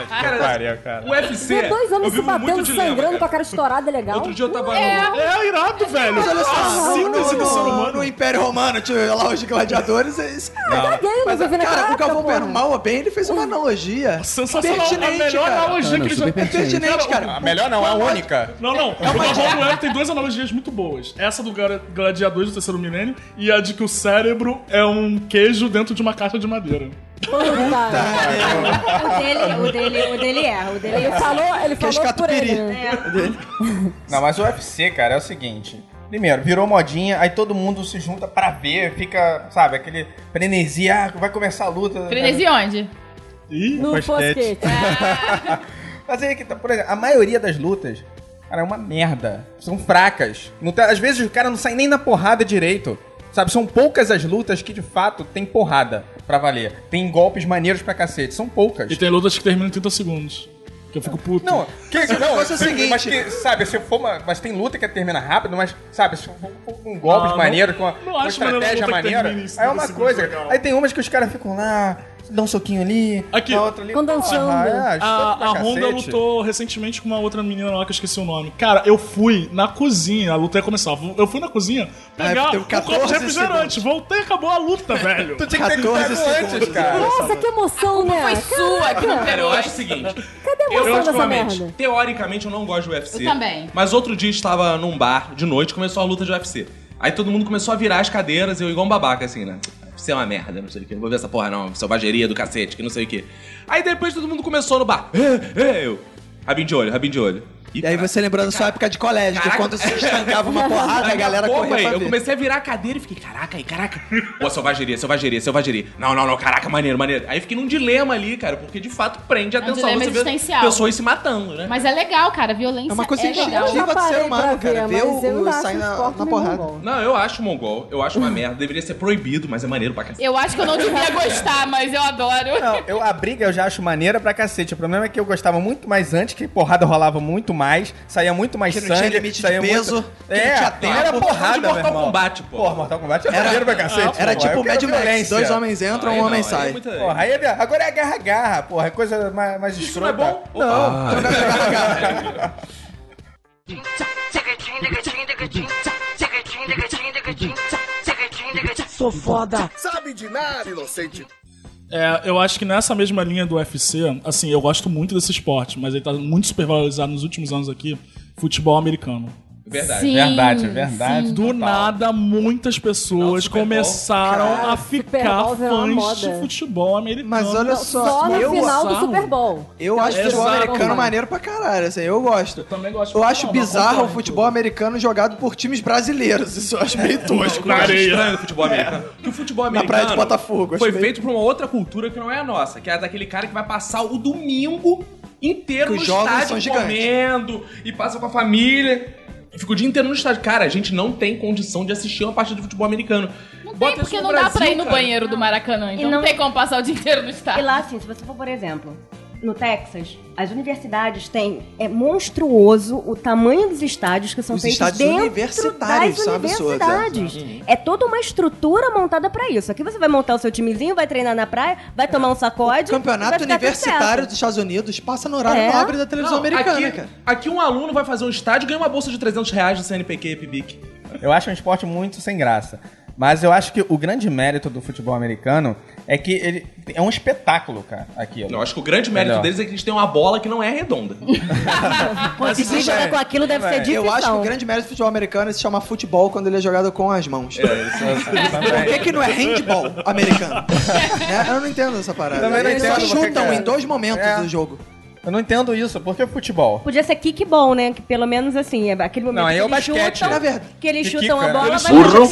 S6: Cara, pariu, cara.
S1: O UFC,
S9: Ver dois
S1: É, eu
S9: homens se
S1: vivo muito
S9: batendo,
S1: dilema,
S9: sangrando
S1: cara.
S9: com a cara estourada é legal.
S1: Outro dia eu tava
S9: É.
S1: no...
S5: É irado, velho.
S2: Mas olha só, é
S5: a
S2: no,
S5: síntese do ser
S2: no,
S5: humano.
S2: no Império Romano, tinha lá os gladiadores. É isso.
S9: Não. caguei, não
S2: Mas,
S9: vivi na
S2: cara,
S9: época,
S2: o Galvão
S9: porra.
S2: Bueno, mal ou bem, ele fez uma analogia.
S5: Sensacional, a melhor
S2: cara.
S5: analogia que ele já
S2: É pertinente, cara.
S6: A melhor não, a única.
S5: Não, não.
S2: É
S5: o
S2: uma-
S5: Galvão Bueno tem duas analogias muito boas. Essa do gar- gladiador do terceiro milênio e a de que o cérebro é um queijo dentro de uma caixa de madeira.
S4: O dele, o dele, o dele é. O dele
S9: Ele falou, ele
S2: é
S9: falou por ele. né?
S6: Não, mas o UFC, cara, é o seguinte. Primeiro, virou modinha, aí todo mundo se junta pra ver, fica, sabe, aquele frenesi, ah, vai começar a luta.
S8: Frenesi onde?
S5: Ih,
S9: No
S6: basquete.
S9: basquete.
S2: É.
S6: Mas aí, que tá- por exemplo, a maioria das lutas, cara, é uma merda. São fracas. Não tá- às vezes o cara não sai nem na porrada direito. Sabe, são poucas as lutas que de fato tem porrada pra valer. Tem golpes maneiros pra cacete. São poucas.
S5: E tem lutas que terminam em 30 segundos. Que eu fico puto.
S6: Não, que,
S2: Se
S6: não,
S2: fosse o
S6: tem-
S2: seguinte-
S6: Mas é que, sabe, se for uma, Mas tem luta que termina rápido, mas, sabe, se for com golpes
S5: Ah, não-
S6: maneiros, com uma,
S5: não
S6: com uma
S5: acho maneiro
S6: estratégia
S5: luta que termina
S6: maneira,
S5: em
S6: aí é uma
S5: 50
S6: coisa.
S5: segundos, legal.
S6: Aí tem umas que os caras ficam lá, dão um soquinho ali,
S5: Aqui.
S6: dá outra ali.
S9: Ficam dançando.
S2: Ah,
S6: porra, é,
S5: A,
S6: pra
S5: a Honda
S6: cacete.
S5: lutou recentemente com uma outra menina lá que eu esqueci o nome. Cara, eu fui na cozinha, a luta ia começar. Eu fui na cozinha
S6: Ah, é,
S5: pegar
S2: teve
S5: um copo
S2: 14
S5: de refrigerante. Voltei e acabou a luta, velho.
S6: Tu tinha que ter
S2: 14
S6: gritado antes,
S2: segundos,
S6: cara.
S2: é.
S9: Nossa, que emoção, né?
S8: Foi sua que não
S1: Cara, eu
S8: pegou.
S1: acho o seguinte.
S9: Cadê a
S1: Eu,
S9: emoção dessa
S1: particularmente,
S9: merda?
S1: teoricamente, eu não gosto de UFC.
S8: Eu também.
S1: Mas outro dia estava num bar de noite começou a luta de UFC. Aí todo mundo começou a virar as cadeiras e eu igual um babaca, assim, né? UFC é uma merda, não sei o que. Não vou ver essa porra, não. Selvageria do cacete, que não sei o que. Aí depois todo mundo começou no bar. "É, é", eu. Rabinho de olho, rabinho de olho.
S2: E aí você lembrou da sua época de colégio, que
S1: Caraca.
S2: quando se estancava uma porrada, a
S1: Daqui
S2: galera
S1: pouco,
S2: corria
S1: aí,
S2: pra
S1: Eu
S2: ver.
S1: comecei a virar a cadeira e fiquei, caraca, aí, caraca. Pô, selvageria, selvageria, selvageria. Não, não, não, caraca, maneiro, maneiro. Aí fiquei num dilema ali, cara, porque de fato prende a
S8: um
S1: atenção.
S8: dilema
S1: você vê
S8: existencial.
S1: pessoas se matando, né?
S8: Mas é legal, cara. Violência
S2: É uma coisa
S8: legal.
S9: Eu
S2: instintiva
S9: já
S2: do ser
S9: parei pra
S2: humano,
S9: ver,
S2: cara. Ver
S9: mas eu
S2: o
S9: não acho
S2: sair na,
S9: esporte
S2: na
S9: nenhum
S2: porrada.
S9: bom.
S1: Não, eu acho mongol, eu acho uma merda. Deveria ser proibido, mas é maneiro pra cacete.
S8: Eu acho que eu não devia gostar, mas eu adoro.
S1: É
S6: Não, eu, a briga eu já acho maneira pra cacete. O problema é que eu gostava muito mais antes, que porrada rolava muito mais, saía muito mais
S2: Que não
S6: sangue.
S2: tinha limite de
S6: saía
S2: peso,
S6: muito...
S2: que não
S6: é,
S2: tinha tempo.
S6: Era
S2: Porra,
S6: porrada,
S1: de Mortal
S6: meu irmão.
S1: Kombat, pô.
S6: Porra, Mortal Kombat era maneiro pra cacete.
S2: Era
S6: porra.
S2: tipo
S6: Eu quero
S2: Mad Max.
S6: violência.
S2: Dois homens entram,
S1: Aí
S2: um homem
S1: não, aí é
S2: sai.
S1: muito-
S6: Porra, aí é, via- agora é garra-garra, porra. É coisa mais, mais
S1: Isso
S6: escrota.
S1: não é bom?
S6: Não.
S1: Ah.
S10: Sou foda. Sabe de nada, inocente.
S5: É, eu acho que nessa mesma linha do UFC, assim, eu gosto muito desse esporte, mas ele tá muito supervalorizado nos últimos anos aqui, futebol americano.
S1: Verdade.
S8: Sim,
S6: Verdade, é
S9: Hum.
S6: verdade.
S5: Do nada, muitas pessoas
S1: Não, Super Bowl,
S5: começaram
S9: cara,
S5: a
S9: Super
S5: ficar
S9: Bowl virou uma
S5: fãs
S9: moda.
S5: de futebol americano.
S2: Mas olha só,
S9: Só no
S2: eu,
S9: final do
S5: bizarro.
S9: Super Bowl.
S2: eu acho
S5: Exato,
S2: futebol americano
S5: mano.
S2: maneiro pra caralho, assim, eu gosto.
S5: também gosto
S2: Eu acho bizarro o futebol americano jogado por times brasileiros. Isso eu acho meio
S6: é
S2: tosco.
S5: Na
S1: Eu acho
S5: areia.
S1: estranho o futebol americano. Que o futebol
S2: Na
S1: americano.
S2: praia de Botafogo, acho
S1: Foi
S2: meio-
S1: feito por uma outra cultura que não é a nossa, que é a daquele cara que vai passar o domingo inteiro
S2: Que
S1: no
S2: os jogos são
S1: estádio
S2: gigantes.
S1: comendo e passa com a família. E Fica o dia inteiro no estádio. Cara, a gente não tem condição de assistir uma partida de futebol americano.
S8: Não tem,
S1: Bota isso
S8: porque
S1: no
S8: não dá
S1: Brasil,
S8: pra ir no
S1: cara.
S8: banheiro do Maracanã. Então
S4: E
S8: não
S4: não-
S8: tem como passar o dia inteiro no
S4: E
S8: estádio.
S4: lá, assim, se você for, por exemplo, no Texas, as universidades têm. É monstruoso o tamanho dos estádios que são
S2: Os
S4: feitos
S2: estádios
S4: dentro
S2: universitários, Uhum.
S4: das
S2: são absurdos,
S4: universidades. É toda uma estrutura montada pra isso. Aqui você vai montar o seu timezinho, vai treinar na praia, vai tomar um sacode.
S2: Campeonato
S4: vai ficar tudo
S2: Universitário
S4: certo.
S2: dos Estados Unidos passa no horário
S4: É?
S2: nobre da televisão
S1: Não,
S2: americana,
S1: aqui,
S2: cara.
S1: aqui um aluno vai fazer um estádio e ganha uma bolsa de 300 reais do CNPq e PIBIC.
S6: Eu acho um esporte muito sem graça. Mas eu acho que o grande mérito do futebol americano é que ele é um espetáculo, cara, aquilo.
S1: Eu acho que o grande mérito
S6: Melhor.
S1: deles é que eles têm uma bola que não é redonda.
S2: Conseguir jogar com aquilo deve ser difícil. É, Eu acho que o grande mérito do futebol americano é se chamar futebol quando ele é jogado com as mãos.
S6: assim,
S2: Por que, que não é handball americano? Né? Eu não entendo essa parada.
S6: Também não
S2: Eles
S6: entendo,
S2: só
S6: você
S2: chutam
S6: quer-
S2: em dois momentos
S6: É.
S2: do jogo.
S6: Eu não entendo isso. Por que futebol?
S4: Podia ser kickball, né? Que pelo menos assim, é aquele momento
S6: Não, aí
S4: que,
S6: é o
S4: eles
S6: basquete,
S4: chutam,
S6: né? Na verdade.
S4: que eles
S6: Que
S4: chutam
S6: quica.
S4: a bola,
S6: Eles
S4: vai pra
S6: burro.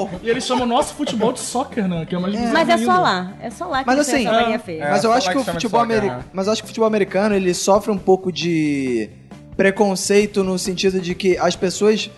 S4: cima.
S5: E eles chamam o nosso futebol de soccer, né? Que é mais bizarro
S4: Mas é só
S5: ainda.
S4: lá. É só lá que
S2: Mas
S4: eles têm
S2: assim,
S4: essa mania feia.
S2: mas eu acho que o
S6: É, chama de
S2: futebol
S6: soccer,
S2: americano,
S6: né?
S2: mas eu acho que o futebol americano ele sofre um pouco de preconceito no sentido de que as pessoas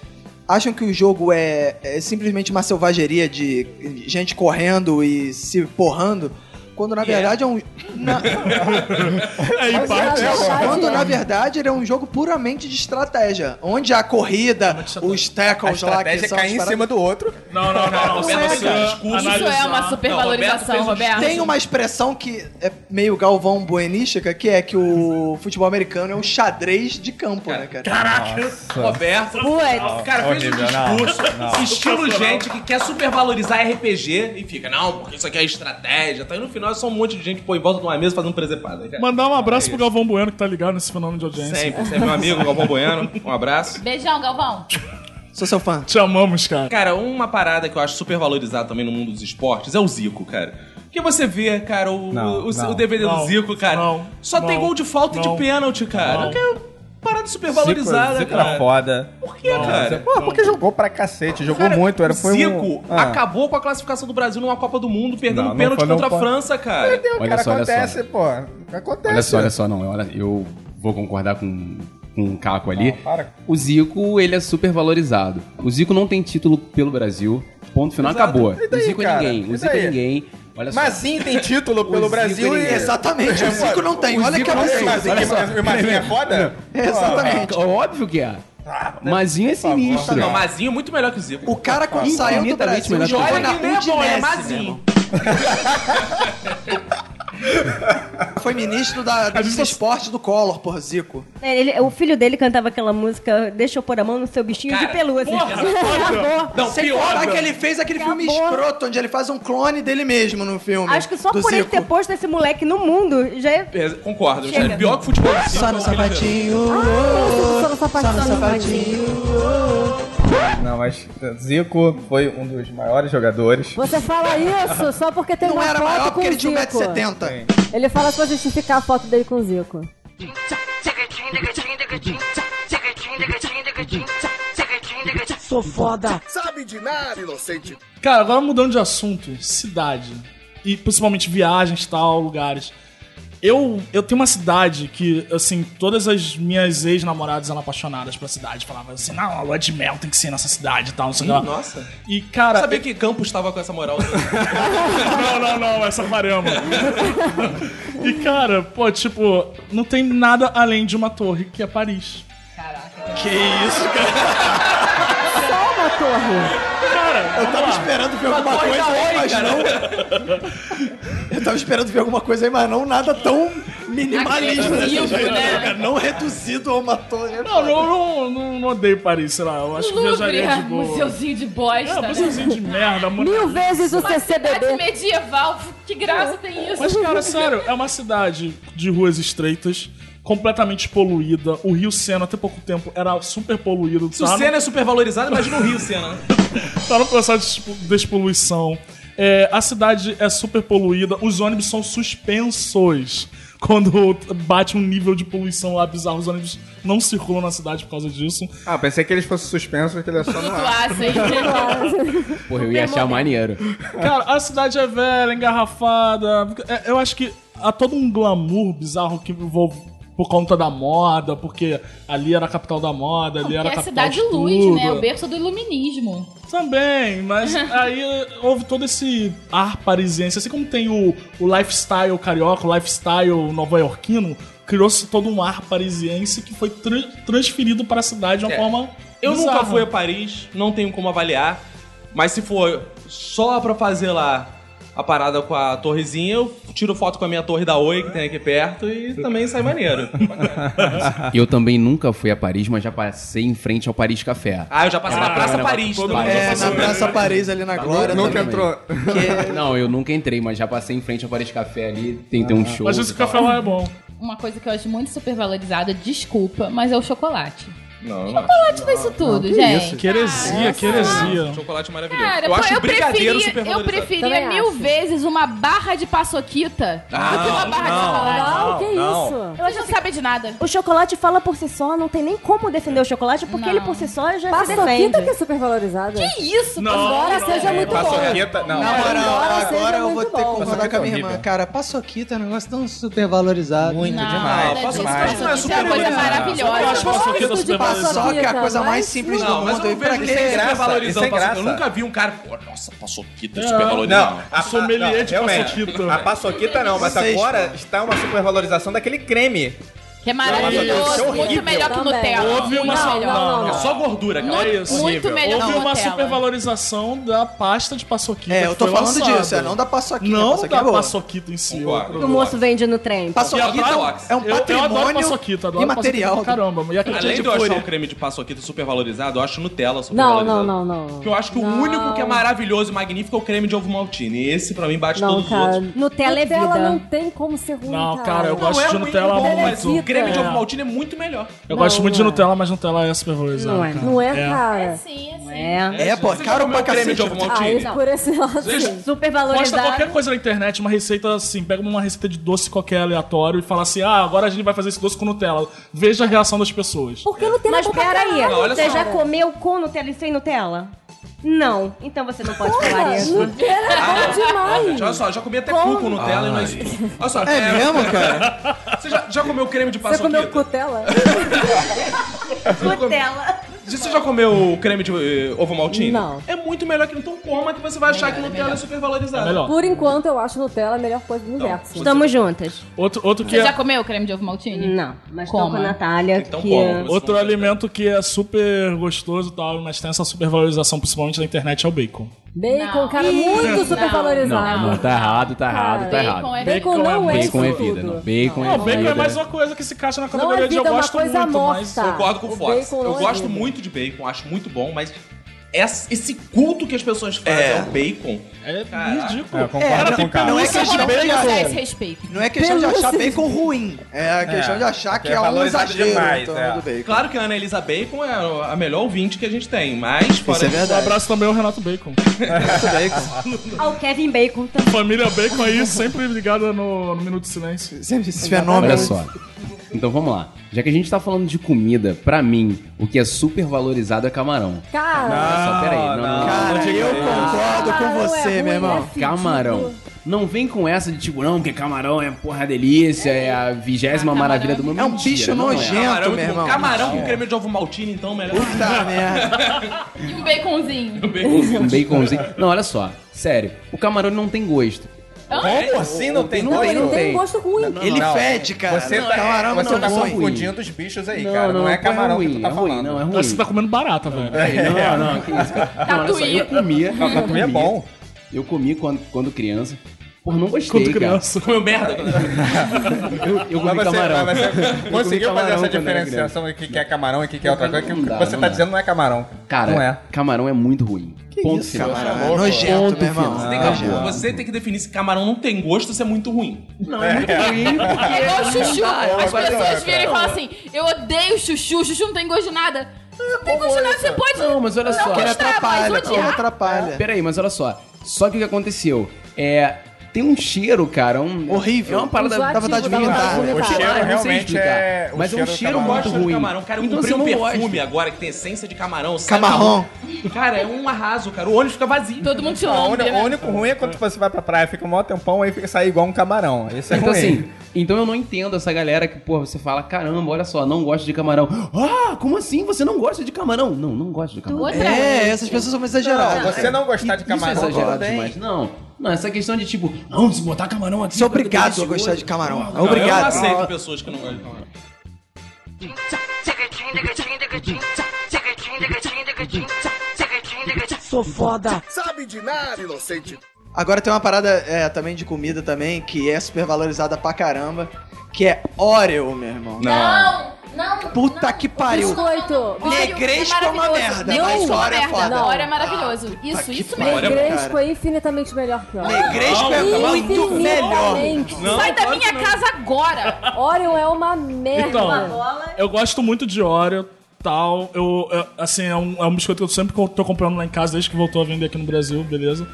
S2: acham que o jogo é, é simplesmente uma selvageria de gente correndo e se porrando, quando na verdade é um na-
S5: é
S2: Quando na verdade ele é um jogo puramente de estratégia, onde a corrida, os
S6: É A
S2: tackles lá que
S6: estratégia é
S2: são as
S6: cair em
S2: paradas-
S6: cima do outro.
S5: Não, não, não. não.
S2: Não
S5: Se
S2: é,
S5: você
S2: cara.
S5: analisar-
S8: Isso é uma supervalorização,
S1: um
S8: Roberto.
S2: Tem uma expressão que é meio galvão buenística, que é que o futebol americano é um xadrez de campo, né, cara?
S1: Caraca! Roberto,
S4: Putz.
S1: cara, fez um
S6: Horrível, não.
S1: discurso
S6: Não.
S1: estilo gente que quer supervalorizar RPG e fica, não, porque isso aqui é estratégia. Tá aí no final é só um monte de gente que põe em volta de uma mesa fazendo presepada.
S5: Mandar um abraço pro Galvão Bueno que tá ligado nesse fenômeno de audiência.
S1: Sempre, sempre meu amigo, Galvão Bueno. Um abraço.
S8: Beijão, Galvão.
S2: Sou seu fã.
S5: Te amamos, cara.
S1: Cara, uma parada que eu acho super valorizada também no mundo dos esportes é o Zico, cara. Porque você vê, cara, o,
S6: Não,
S1: o, o
S6: não.
S1: DVD
S5: Não,
S1: do Zico, cara.
S5: não,
S1: só tem
S5: não,
S1: gol de falta e
S5: não,
S1: de pênalti, cara.
S5: não.
S1: Que é uma parada super valorizada,
S6: Zico, Zico era
S1: cara.
S6: foda.
S1: Por que, cara?
S6: Pô, porque jogou pra cacete, jogou
S1: Cara,
S6: muito. Era,
S1: o
S6: foi
S1: Zico
S6: um... Ah.
S1: acabou com a classificação do Brasil numa Copa do Mundo, perdendo
S6: Não, não
S1: pênalti
S6: foi, não
S1: contra a
S6: foi.
S1: França, cara.
S6: Entendeu,
S7: Olha
S6: cara,
S7: só, olha só.
S6: acontece, pô. Acontece.
S7: Olha só, olha só, não. Olha, eu vou concordar com, com o Caco ali.
S6: Não, para.
S7: O Zico, ele é super valorizado. O Zico não tem título pelo Brasil. Ponto final,
S6: Exato.
S7: acabou.
S6: E daí,
S7: o Zico
S6: cara?
S7: é ninguém.
S6: E
S7: O Zico é
S6: daí?
S7: ninguém. Olha só.
S6: Mas sim tem é título pelo
S7: Zico,
S6: Brasil e...
S7: ele-
S2: Exatamente, o Zico não tem.
S7: O
S2: Olha
S7: Zico
S2: que
S7: não tem,
S2: absurdo.
S7: olha só.
S6: Mas o Mazinho é foda?
S2: Exatamente.
S7: É Óbvio que é.
S6: Ah, né?
S7: Mazinho é sinistro.
S1: Não, Mazinho é muito melhor que o Zico.
S2: O cara quando
S7: Infinitamente
S2: saiu do Brasil
S7: melhor que
S2: jogou
S7: eu.
S2: na
S1: Olha que nem é bom, é
S2: Udinese. né,
S1: Mazinho.
S2: irmão? Foi ministro da, dos esportes do Collor, porra, Zico.
S4: É, ele- o filho dele cantava aquela música Deixa eu pôr a mão no seu bichinho
S1: Cara,
S4: de pelúcia. Acabou.
S1: Não,
S2: Sem
S1: pior.
S2: contar
S1: meu.
S2: que ele fez aquele filme
S4: Acabou.
S2: escroto, onde ele faz um clone dele mesmo no filme.
S4: Acho que só
S2: do
S4: por ele
S2: Zico.
S4: ter posto esse moleque no mundo já é.
S1: É, Concordo.
S4: Chega.
S1: É pior que o futebol do Zico.
S2: Só no
S1: é o Guilherme Verão.
S2: sapatinho,
S9: Só no
S2: só no
S9: sapatinho.
S2: sapatinho.
S6: Não, mas Zico foi um dos maiores jogadores.
S9: Você fala isso só porque tem
S2: Não
S9: uma
S2: era
S9: foto
S2: maior
S9: com
S2: porque ele tinha
S9: Zico.
S2: 1,70m.
S9: Ele fala pra justificar a foto dele com o Zico.
S10: Sou foda. Sabe de nada, inocente.
S5: Cara, agora mudando de assunto, cidade. E principalmente viagens, tal, lugares. Eu, eu tenho uma cidade que, assim, todas as minhas ex-namoradas eram apaixonadas pela cidade. Falavam assim, não, a lua de mel tem que ser nessa cidade e tal, não sei o que lá.
S1: Nossa.
S5: E, cara...
S1: Sabia que Campos estava com essa moral. né?
S5: não, não, não, essa farema. e, cara, pô, tipo, não tem nada além de uma torre, que é Paris. Caraca. Que isso, cara.
S9: Só uma torre.
S5: Cara,
S2: Eu tava esperando ver alguma coisa aí, mas não. Eu tava esperando ver alguma coisa aí, mas não nada tão minimalista desse
S8: Agressivo,
S2: jeito,
S8: né?
S2: né, cara? Não reduzido né? a uma torre.
S5: não, não, não, não, não odeio Paris, sei lá. Eu acho que
S8: Louvre,
S5: viajaria de boa.
S8: museuzinho de
S5: É,
S8: bosta. né?
S5: museuzinho de merda, mano.
S9: Mil vezes o
S8: Uma cidade
S9: CCBB.
S8: medieval, que graça tem isso?
S5: Mas, cara, sério, é uma cidade de ruas estreitas, completamente poluída. O Rio Sena, até pouco tempo, era super poluído.
S1: Se o
S5: tá,
S1: Senna é super valorizado, imagina o Rio Senna, né?
S5: no, tá no processo de despo- despoluição. É, a cidade é super poluída, os ônibus são suspensos. Quando bate um nível de poluição lá bizarro, os ônibus não circulam na cidade por causa disso.
S6: Ah, pensei que eles fossem suspensos, que ele é só no ar.
S8: Flutuassem.
S7: Porra, eu ia achar maneiro.
S5: Cara, a cidade é velha, engarrafada. É, Eu acho que há todo um glamour bizarro que envolve por conta da moda, porque ali era a capital da moda, ali era a
S8: Porque é a
S5: capital
S8: cidade
S5: de
S8: luz,
S5: tudo.
S8: né? O berço do iluminismo.
S5: Também, mas aí houve todo esse ar parisiense. Assim como tem o, o lifestyle carioca, o lifestyle nova-iorquino, criou-se todo um ar parisiense que foi tran- transferido para a cidade de uma
S1: É.
S5: forma
S1: Eu
S5: bizarra.
S1: nunca fui a Paris, não tenho como avaliar. Mas se for só pra fazer lá a parada com a torrezinha, eu tiro foto com a minha torre da Oi, que tem aqui perto, e também sai maneiro.
S6: Ah.
S7: Eu também nunca fui a Paris, mas já passei em frente ao Paris Café.
S1: Ah, eu já passei na Praça Paris.
S2: Todo
S1: também.
S9: É,
S6: É,
S2: mundo já passou. Praça Paris ali na Glória
S7: Nunca
S2: também.
S7: entrou. Não, eu nunca entrei, mas já passei em frente ao Paris Café ali, tem, tem um
S6: Ah.
S7: show.
S5: Mas esse
S7: e tal.
S5: café lá é bom.
S8: Uma coisa que eu acho muito supervalorizada, desculpa, mas é o chocolate.
S1: Não,
S8: Chocolate nisso tudo, gente.
S5: Que heresia, que heresia.
S1: Chocolate maravilhoso.
S8: Cara,
S1: eu acho
S8: eu
S1: o brigadeiro
S8: preferia,
S1: super
S8: eu preferia
S9: Também
S8: mil
S9: acho.
S8: vezes uma barra de paçoquita do que uma barra de chocolate.
S9: Não, que
S1: não.
S9: isso?
S8: Eu acho que não sabe de nada.
S11: O chocolate fala por si só, não tem nem como defender o chocolate, porque ele por si só já se defende.
S9: Paçoquita que é super valorizada. Que
S8: isso?
S9: Não, Embora seja muito
S6: Paçoquita,
S9: bom.
S6: tá, não.
S2: Na moral,
S9: Embora seja
S2: agora eu
S9: muito
S2: vou ter que
S9: bom.
S2: concordar com a minha
S6: horrível.
S2: irmã. Cara, paçoquita é um negócio tão super valorizado. Muito
S6: demais, nada disso, demais. paçoquita
S8: é uma coisa maravilhosa.
S2: Eu acho
S8: Eu
S2: paçoquita
S8: gosto
S2: super
S8: de paçoquita,
S2: Paçoca é a coisa
S8: mas
S2: mais simples do
S1: Não, mas
S2: mundo.
S1: eu
S2: E
S1: não
S2: pra
S1: vejo isso
S2: quê?
S1: supervalorizando
S6: Isso é graça.
S1: paçoquita. Eu nunca vi um cara, pô, nossa, paçoquita,
S6: Não,
S1: supervalorizando.
S6: a-
S5: sommelier
S6: não,
S5: de
S6: realmente,
S5: paçoquita.
S6: A paçoquita não, mas
S2: Seis,
S6: agora
S2: pô.
S6: está uma supervalorização daquele creme.
S8: Que é
S6: Isso é
S8: maravilhoso, muito
S6: horrível.
S8: melhor que o
S9: Também.
S8: Nutella.
S5: Houve uma
S8: Muito melhor.
S5: não,
S1: É só gordura, cara.
S8: Muito-
S5: É isso.
S8: muito melhor
S5: Houve
S8: que
S5: uma
S8: Nutella.
S5: supervalorização da pasta de paçoquita.
S2: É, eu
S5: que
S2: tô
S5: foi
S2: falando
S5: lançada.
S2: disso, é não da paçoquinha.
S5: Não
S2: paçoquinha
S5: da
S2: é boa.
S5: paçoquita em si.
S1: Concordo.
S5: outro
S11: O moço vende no trem.
S2: Paçoquita
S1: E a
S2: é um-
S1: Paçox?
S2: é um
S5: Eu, eu adoro
S2: patrimônio
S5: paçoquita, adoro
S2: imaterial.
S5: paçoquita pra caramba. E a quentinha
S1: Além
S5: de
S1: de eu achar
S5: folha.
S1: o creme de paçoquita supervalorizado, eu acho Nutella
S9: Não,
S1: supervalorizado.
S9: não, não, não.
S1: Porque eu acho que o único que é maravilhoso e magnífico é o creme de ovo maltine. Esse, pra mim, bate
S9: Não,
S1: todos os
S9: cara.
S1: outros.
S11: Nutella é
S9: Nutella
S11: vida.
S9: não tem como ser ruim,
S5: Não, cara, eu gosto
S1: é
S5: de
S1: ruim,
S5: Nutella
S1: bom,
S5: muito.
S1: mas o creme de
S5: É.
S1: ovo maltine é muito melhor.
S5: Eu gosto
S9: Não,
S5: muito de
S9: não é.
S5: Nutella, mas Nutella é supervalorizada.
S11: Não é,
S5: cara.
S9: Não é, cara?
S8: Sim, assim.
S11: É.
S2: É, pô,
S1: Você já
S2: caro
S1: comeu
S2: pra
S1: creme
S2: cacete.
S1: de ovo
S9: Ah,
S1: maltine?
S9: isso por esse lado.
S1: Vocês-
S11: Super
S5: Posta
S11: valorizado.
S5: qualquer coisa na internet, uma receita assim, pega uma receita de doce qualquer aleatório e fala assim: ah, agora a gente vai fazer esse doce com Nutella. Veja a reação das pessoas.
S4: É.
S9: Porque é não tem
S11: Mas peraí,
S1: Não, olha
S11: você
S1: só.
S11: já comeu com Nutella e sem Nutella? Não. Então você não pode falar isso.
S9: Nutella é bom demais.
S1: Já, olha só, já comi até cu com Nutella e não é isso. Olha só,
S2: É mesmo, cara?
S1: Você já, já comeu creme de
S9: Você
S1: paçoquita?
S9: comeu cutela?
S11: Nutella.
S1: Você já comeu o creme de eh, ovo maltine?
S9: Não.
S1: É muito melhor que não tão coma que você vai achar que Nutella é supervalorizado.
S5: Melhor.
S9: Por enquanto, eu acho Nutella a melhor coisa
S1: Então,
S9: do universo.
S11: Estamos juntas.
S5: Outro, outro que
S8: Você
S5: é,
S8: já comeu creme de ovo maltine?
S11: Não, mas tô com
S8: Coma.
S11: a Natália,
S1: Então
S11: que
S1: coma.
S11: é...
S5: outro alimento que é super gostoso e tal, mas tem essa supervalorização principalmente na internet é o bacon.
S9: Bacon,
S8: Não.
S9: cara, muito super valorizado.
S7: Não, não, tá errado, tá errado, tá
S8: Bacon
S7: errado.
S8: é
S9: Bacon não é
S7: Bacon é
S9: isso
S7: vida,
S9: tudo.
S7: não. Bacon é
S5: Não, o bacon
S7: vida.
S5: é
S6: um
S5: mais uma coisa que se encaixa na
S9: Não é
S5: categoria de eu
S9: vida, é uma
S5: gosto
S9: coisa
S5: muito, mas.
S9: morta.
S1: Concordo com o Fox.
S9: bacon
S1: Eu
S9: não é
S1: gosto
S9: vida.
S1: muito de bacon, acho muito bom, mas essa- esse culto que as pessoas fazem ao bacon.
S5: É
S1: Caraca.
S5: ridículo.
S6: É, eu concordo
S5: Cara,
S6: com
S5: tem
S6: o cara.
S2: Não é
S5: pelúcia de
S2: questão
S8: Não
S2: de
S8: vou
S2: achar
S8: usar
S2: bacon.
S8: esse respeito.
S2: Não é questão de achar bacon ruim. É a questão
S6: É,
S2: de achar
S6: que
S2: que
S6: é
S2: é, um
S6: valorizado
S2: exagero
S6: demais,
S2: em torno
S6: é.
S2: do bacon.
S1: Claro que a Ana Elisa Bacon é a melhor ouvinte que a gente tem, mas fora
S2: Isso é
S1: disso-
S5: Um
S2: verdade.
S5: abraço também ao Renato Bacon.
S2: Muito
S11: Ao Kevin Bacon tá também.
S5: Família Bacon aí, sempre ligada no, no Minuto de Silêncio.
S2: bacon. Esse fenômeno.
S7: Olha só. Então vamos lá. Já que a gente tá falando de comida, pra mim, o que é super valorizado é camarão.
S9: Cara,
S7: Só peraí. Não, não, não.
S2: Cara, eu concordo com
S9: Camarão é
S2: você,
S9: ruim,
S2: meu
S9: né,
S2: irmão.
S9: filho?
S7: Camarão. Não vem com essa de tiburão, porque camarão é porra delícia, é a vigésima
S6: Ah,
S7: maravilha do mundo.
S2: É um
S7: Mentira,
S2: bicho
S7: não é.
S2: nojento,
S1: muito
S2: meu
S1: bom.
S2: irmão.
S1: Camarão com creme de ovo maltine, então, melhor.
S2: Puta merda.
S8: E um baconzinho.
S7: Um baconzinho. Não, olha só. Sério, o camarão não tem gosto.
S6: Como assim não tem
S9: não,
S6: gosto?
S9: ele tem
S7: tem.
S9: gosto ruim.
S2: Ele
S6: Não,
S2: fede, cara.
S6: Você tá,
S2: Camarão
S6: você
S2: não
S6: tá
S2: é ruim.
S6: confundindo os bichos aí, cara. Não, é camarão
S7: ruim,
S6: que tu tá
S7: é ruim,
S6: falando.
S7: Não, é ruim.
S5: Você tá comendo barata, velho.
S7: Não, É. não, que isso. cara. Não, olha só, eu comia.
S6: Não, tatuí é bom.
S7: Eu comi quando, quando criança. Pô, não gostei,
S5: Quando
S7: cara.
S5: criança.
S1: Comeu merda.
S7: Eu, eu comi
S6: Mas você,
S7: camarão.
S6: mas você conseguiu fazer
S7: camarão
S6: essa
S7: quando era
S6: diferenciação do que que é camarão e o que que é outra
S7: Não,
S6: coisa? Que
S7: não dá,
S6: você
S7: não
S6: tá
S7: dá.
S6: dizendo não é camarão.
S7: Cara,
S6: Não é.
S7: camarão é muito ruim. Ponto
S2: Isso,
S7: final.
S2: camarão. É nojento,
S7: Ponto
S2: meu irmão.
S7: final.
S1: Você tem
S7: Ah,
S1: que-
S7: boa.
S1: Você tem que definir se camarão não tem gosto, se é muito ruim.
S8: É igual chuchu. As
S6: Olha,
S8: pessoas
S6: cara.
S8: viram e falam assim: eu odeio chuchu, chuchu não tem gosto de nada. Não tem gosto de nada, você pode.
S7: Não, mas olha só.
S8: Não
S7: Ele
S8: gostar, mas
S2: Atrapalha, pô,
S8: odiar.
S2: atrapalha.
S7: Peraí, mas olha só. Só que o que aconteceu? É. Tem um cheiro, cara. Um,
S2: Horrível.
S7: É uma parada.
S9: Enjoativo,
S2: Dá vontade de
S9: dá
S7: Não,
S6: O
S2: vomitar.
S7: sei
S6: cheiro
S7: explicar,
S6: realmente é- o
S7: Mas é um
S6: cheiro do
S7: cheiro
S6: camarão.
S7: muito
S1: gosto de
S7: ruim.
S1: camarão. Cara, eu
S7: Então,
S1: comprei
S7: você
S1: um
S7: não gosta.
S1: perfume agora que tem essência de camarão. sai
S2: Camarron.
S1: na mão. Cara, é um arraso, cara. O ônibus fica vazio.
S8: Todo mundo te
S6: Não, o,
S8: lambe.
S6: único,
S8: né?
S6: o único ruim é quando você vai pra praia, fica um maior tempão, aí fica sair igual um camarão. Isso é
S7: Então
S6: ruim.
S7: assim, então eu não entendo essa galera que, porra, você fala, caramba, olha só, não gosto de camarão. Ah, como assim? Você não gosta de camarão? Não, não gosto de camarão.
S8: Outra
S2: É, essas pessoas são muito
S6: Não,
S2: exageradas.
S6: você não gostar de
S7: Isso é
S6: camarão.
S7: exagerado
S6: pode.
S7: demais. Não, não, essa questão de tipo, não, se botar camarão aqui...
S2: Você é
S7: vai ter
S2: obrigado a
S7: gosto
S2: gostar
S7: outro.
S2: de camarão. É
S1: Não, Eu não
S2: obrigado.
S1: aceito pessoas que não gostam de camarão.
S10: Sou foda. Sabe de nada, inocente.
S2: Agora tem uma parada é, também de comida também, que é super valorizada pra caramba, que é Oreo, meu irmão.
S8: Não! Não!
S2: Puta que pariu.
S9: Biscoito.
S2: Negresco é uma merda, mas
S8: Não,
S2: Oreo é foda. tá
S8: merda. Oreo é maravilhoso. Isso, isso mesmo.
S9: Negresco é infinitamente melhor que Oreo.
S2: Negresco é muito melhor.
S5: Não,
S8: Sai da
S5: pode
S8: minha
S5: não.
S8: casa agora! tá
S9: Orion é uma merda.
S5: Então, eu gosto muito de Oreo, tal. Eu, eu- assim, é um, é um biscoito que eu sempre co- tô comprando lá em casa desde que voltou a vender aqui no Brasil, beleza?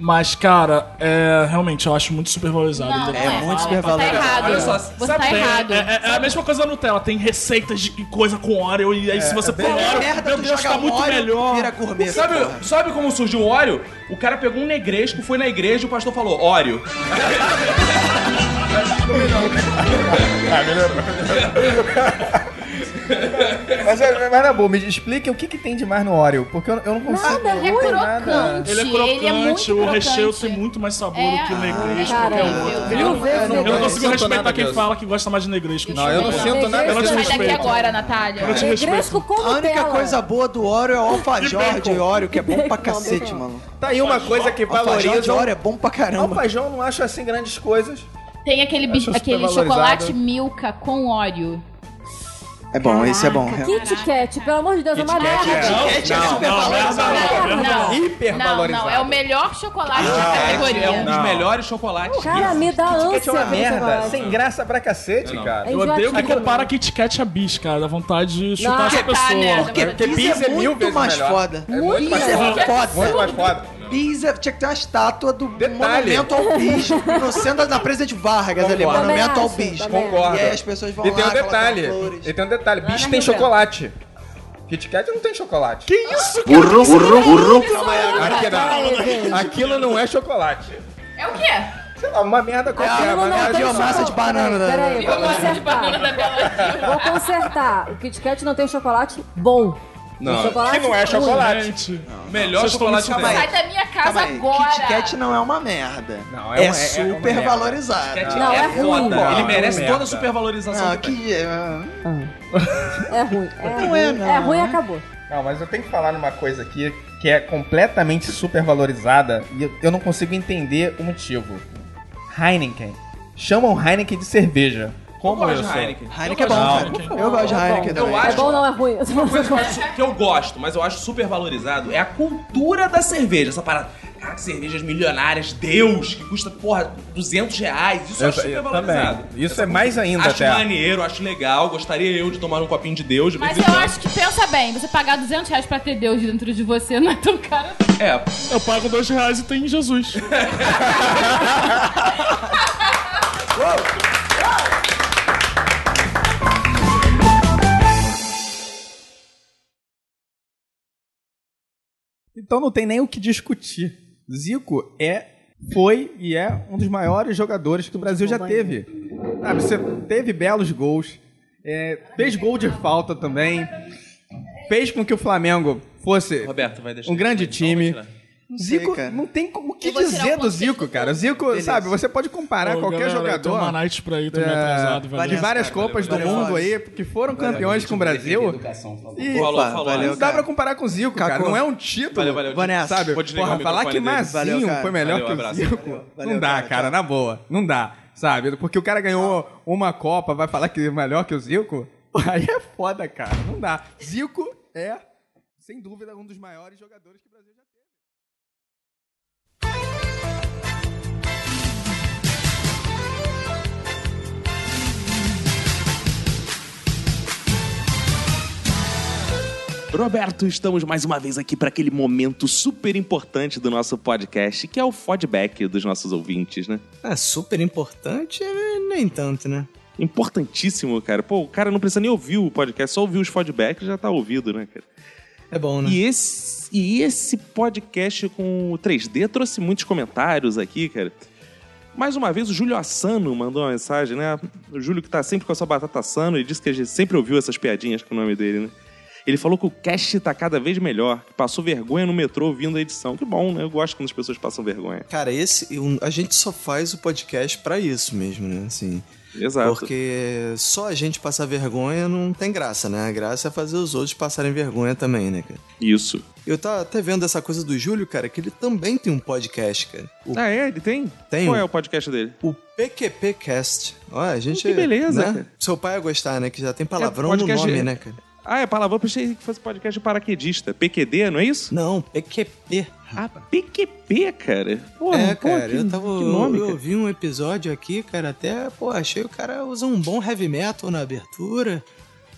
S5: Mas, cara, é, realmente, eu acho muito supervalorizado.
S8: Não,
S5: ainda.
S8: não É é. muito Você supervalorizado. tá errado.
S5: Olha só,
S8: Você tá
S5: sabe, tem-
S8: errado.
S5: É, é- é a mesma coisa da Nutella. Tem receitas de coisa com Oreo e aí
S12: É,
S5: se você
S12: é
S5: pôr
S12: bem-
S5: Oreo,
S12: merda,
S5: meu
S12: tu
S5: Deus,
S2: é
S12: joga
S5: tá muito
S12: Oreo,
S5: melhor.
S12: vira gourmet,
S1: Sabe,
S12: porra.
S1: sabe como surgiu o óleo? O cara pegou um negresco, foi na igreja e o pastor falou, óleo.
S6: Ah, Mas, é- mas na boa, me explique o que, que tem de mais no Oreo, porque eu, eu não consigo.
S8: Nada, ele é
S6: não tem
S8: crocante.
S5: Ele é crocante,
S8: Ele é muito
S5: o
S8: crocante.
S5: recheio tem muito mais sabor
S8: É,
S5: do que o negresco,
S8: cara,
S5: qualquer outro.
S8: eu- eu-
S5: Eu não- eu não
S8: eu-
S5: consigo
S8: eu-
S5: respeitar
S7: nada
S5: quem
S7: disso.
S5: fala que gosta mais de negresco.
S7: Não, eu não
S5: Desculpa.
S7: sinto nada
S5: Eu não te
S8: Sai daqui
S5: respeito.
S8: agora, Natália.
S5: Eu te respeito. Negresco
S2: A única coisa boa do Oreo é o
S6: E
S2: alfajor
S6: bacon.
S2: de Oreo, que é bom pra
S6: Bacon,
S2: cacete,
S6: bacon.
S2: mano.
S6: Tá aí uma coisa que
S2: Alfajor de
S6: valoriza.
S2: Oreo é bom pra caramba.
S6: Alfajor eu não acho assim grandes coisas.
S8: Tem aquele, bi-
S6: Acho super
S8: aquele
S6: valorizado.
S8: chocolate Milka com óleo.
S2: É bom, esse é bom. realmente.
S9: Kit Kat, pelo amor de Deus, é uma merda.
S2: Kit Kat é super valorizado.
S8: Não, não,
S2: Hipervalorizado.
S8: não. É o melhor chocolate da
S1: É
S8: categoria.
S1: um dos melhores chocolates.
S9: Cara, me dá
S6: Kit Kat é
S9: ânsia.
S6: uma
S9: quando você
S6: merda,
S9: vai.
S6: sem graça pra cacete, cara.
S5: Eu odeio que compara Kit Kat a bis, cara. Dá vontade de chutar essa
S2: Porque tá, né?
S5: pessoa.
S2: Porque Porque Pizza Pizza é é mil muito vezes mais melhor. foda.
S6: É muito mais
S2: Pizza é
S6: foda.
S2: foda.
S6: Muito mais foda.
S2: Pisa, tinha que ter uma estátua do monumento ao bis no centro da presa de Vargas ali,
S6: Concordo.
S2: monumento ao bis.
S6: Concordo.
S2: E aí as pessoas vão
S6: e
S2: lá,
S6: tem um
S2: colocam
S6: detalhe.
S2: flores.
S6: E tem um detalhe.
S9: é
S2: Lá
S6: Bis
S2: na
S6: tem
S2: Rio Branco.
S6: chocolate. Kit Kat não tem chocolate. Que isso,
S10: cara? Burro, Isso burro, não é burro. isso,
S6: Aquilo não, aquilo não é chocolate.
S8: É o quê?
S6: Sei lá, uma merda qualquer.
S9: Aquilo
S6: Uma
S9: Ah, não
S6: merda
S9: tem
S6: biomassa de banana. né?
S9: Peraí, vou
S8: Biomassa de
S9: consertar.
S8: banana da Bela
S9: Vou consertar. O Kit Kat não tem chocolate bom.
S6: Não,
S9: Chocolate
S6: que não é
S9: ruim.
S6: chocolate.
S1: Melhor
S6: Vocês estão me
S1: chocolate que tem.
S8: Sai da minha casa
S2: Calma aí, Kit
S8: agora!
S2: Kat não é uma merda.
S6: Não,
S2: é,
S6: é uma- é- é uma
S2: super
S6: merda.
S2: valorizado.
S1: Kit Kat
S9: Não, é ruim.
S1: foda.
S6: Não,
S1: Ele
S6: é
S1: merece
S6: uma
S1: toda a
S6: merda. é
S1: supervalorização.
S2: Não,
S1: que tem.
S2: que... ah,
S9: É ruim. É
S2: Não
S9: ruim.
S2: é, não.
S9: É ruim e acabou.
S6: Não, mas eu tenho que falar numa coisa aqui que é completamente supervalorizada e eu- eu não consigo entender o motivo. Heineken. Chamam Heineken de cerveja. Como
S1: Eu gosto
S6: eu
S1: de
S6: sou?
S1: Heineken.
S2: Heineken é bom,
S6: Não.
S2: cara. Eu gosto de Heineken
S1: Eu
S2: também.
S9: É
S1: acho
S9: bom ou não é ruim? Eu
S1: Uma coisa que eu, acho- que eu gosto, mas eu acho super valorizado, é a cultura da cerveja. Essa parada. Caraca, cervejas milionárias, Deus, que custa, porra, 200 reais. Isso eu, acho
S6: Eu- eu
S1: super valorizado.
S6: também. Isso é mais ainda
S1: Acho
S6: até.
S1: maneiro, acho legal. Gostaria eu de tomar um copinho de Deus. de vez
S8: Mas
S1: em
S8: eu
S1: quando.
S8: acho que pensa bem, você pagar 200 reais pra ter Deus dentro de você não é tão caro.
S1: É.
S5: Eu pago dois reais e tem Jesus.
S6: Então não tem nem o que discutir. Zico é, foi e é um dos maiores jogadores que o Brasil já teve. Ah, você teve belos gols, é, fez gol de falta também, fez com que o Flamengo fosse
S1: Roberto, vai deixar.
S6: um grande time.
S2: sei,
S6: Zico,
S2: cara.
S6: não tem o que
S8: Eu vou tirar um
S6: dizer
S8: o
S6: do Zico, cara. Zico, sabe, você pode comparar
S5: Ô,
S6: qualquer
S5: galera, eu tenho
S6: jogador.
S5: uma night pra ir, tô
S6: é,
S5: meio atrasado, valeu.
S6: de várias Copas do
S2: valeu,
S6: Mundo
S2: valeu.
S6: aí, que foram campeões com o Brasil. E
S1: Falou,
S2: Opa,
S1: falou.
S2: valeu,
S6: não dá pra
S2: cara.
S6: comparar com o Zico, cara.
S2: Cacou.
S6: Não é um título.
S1: Valeu, valeu.
S2: Vanessa,
S6: Sabe?
S1: Vou desligar
S6: Porra,
S1: o
S6: falar que
S1: microfone dele.
S6: Mazinho
S2: Valeu, cara.
S6: foi melhor
S1: Valeu,
S6: que o
S1: abraço.
S6: Zico.
S2: Valeu,
S6: não dá,
S2: cara.
S6: cara, na boa. Não dá, sabe? Porque o cara ganhou uma Copa, vai falar que é melhor que o Zico? Aí é foda, cara. Não dá. Zico é, sem dúvida, um dos maiores jogadores que o Brasil já teve.
S1: Roberto, estamos mais uma vez aqui para aquele momento super importante do nosso podcast, que é o feedback dos nossos ouvintes, né?
S13: Ah, super importante, eh, nem tanto, né?
S1: Importantíssimo, cara. Pô, o cara não precisa nem ouvir o podcast, só ouvir os feedbacks já tá ouvido, né, cara?
S13: É bom, né?
S1: E esse, e esse podcast com o 3D trouxe muitos comentários aqui, cara. Mais uma vez, o Júlio Assano mandou uma mensagem, né? O Júlio que tá sempre com a sua batata assando e disse que a gente sempre ouviu essas piadinhas com o nome dele, né? Ele falou que o cast tá cada vez melhor, que passou vergonha no metrô ouvindo a edição. Que bom, né? Eu gosto quando as pessoas passam vergonha.
S13: Cara, esse, eu- a gente só faz o podcast pra isso mesmo, né? Assim,
S1: Exato.
S13: Porque só a gente passar vergonha não tem graça, né? A graça é fazer os outros passarem vergonha também, né, cara?
S1: Isso.
S13: Eu tava até vendo essa coisa do Júlio, cara, que ele também tem um podcast, cara. O
S1: Ah, é? Ele tem?
S13: Tem. um
S1: Qual é o podcast dele? Oh,
S13: O PQP Cast. Ó, a gente.
S1: que beleza,
S13: né?
S1: cara. É
S13: Seu pai ia gostar, né? Que já tem palavrão no
S1: podcast-
S13: nome, né, cara?
S1: Ah, é palavrão, pensei que fosse podcast de paraquedista. PQD, não é isso?
S13: Não, PQP.
S1: Ah, PQP, cara. Pô,
S13: é,
S1: pô,
S13: cara,
S1: que-
S13: eu tava.
S1: que nome,
S13: eu
S1: cara.
S13: ouvi um episódio aqui, cara, até, pô, achei o cara usa um bom heavy metal na abertura.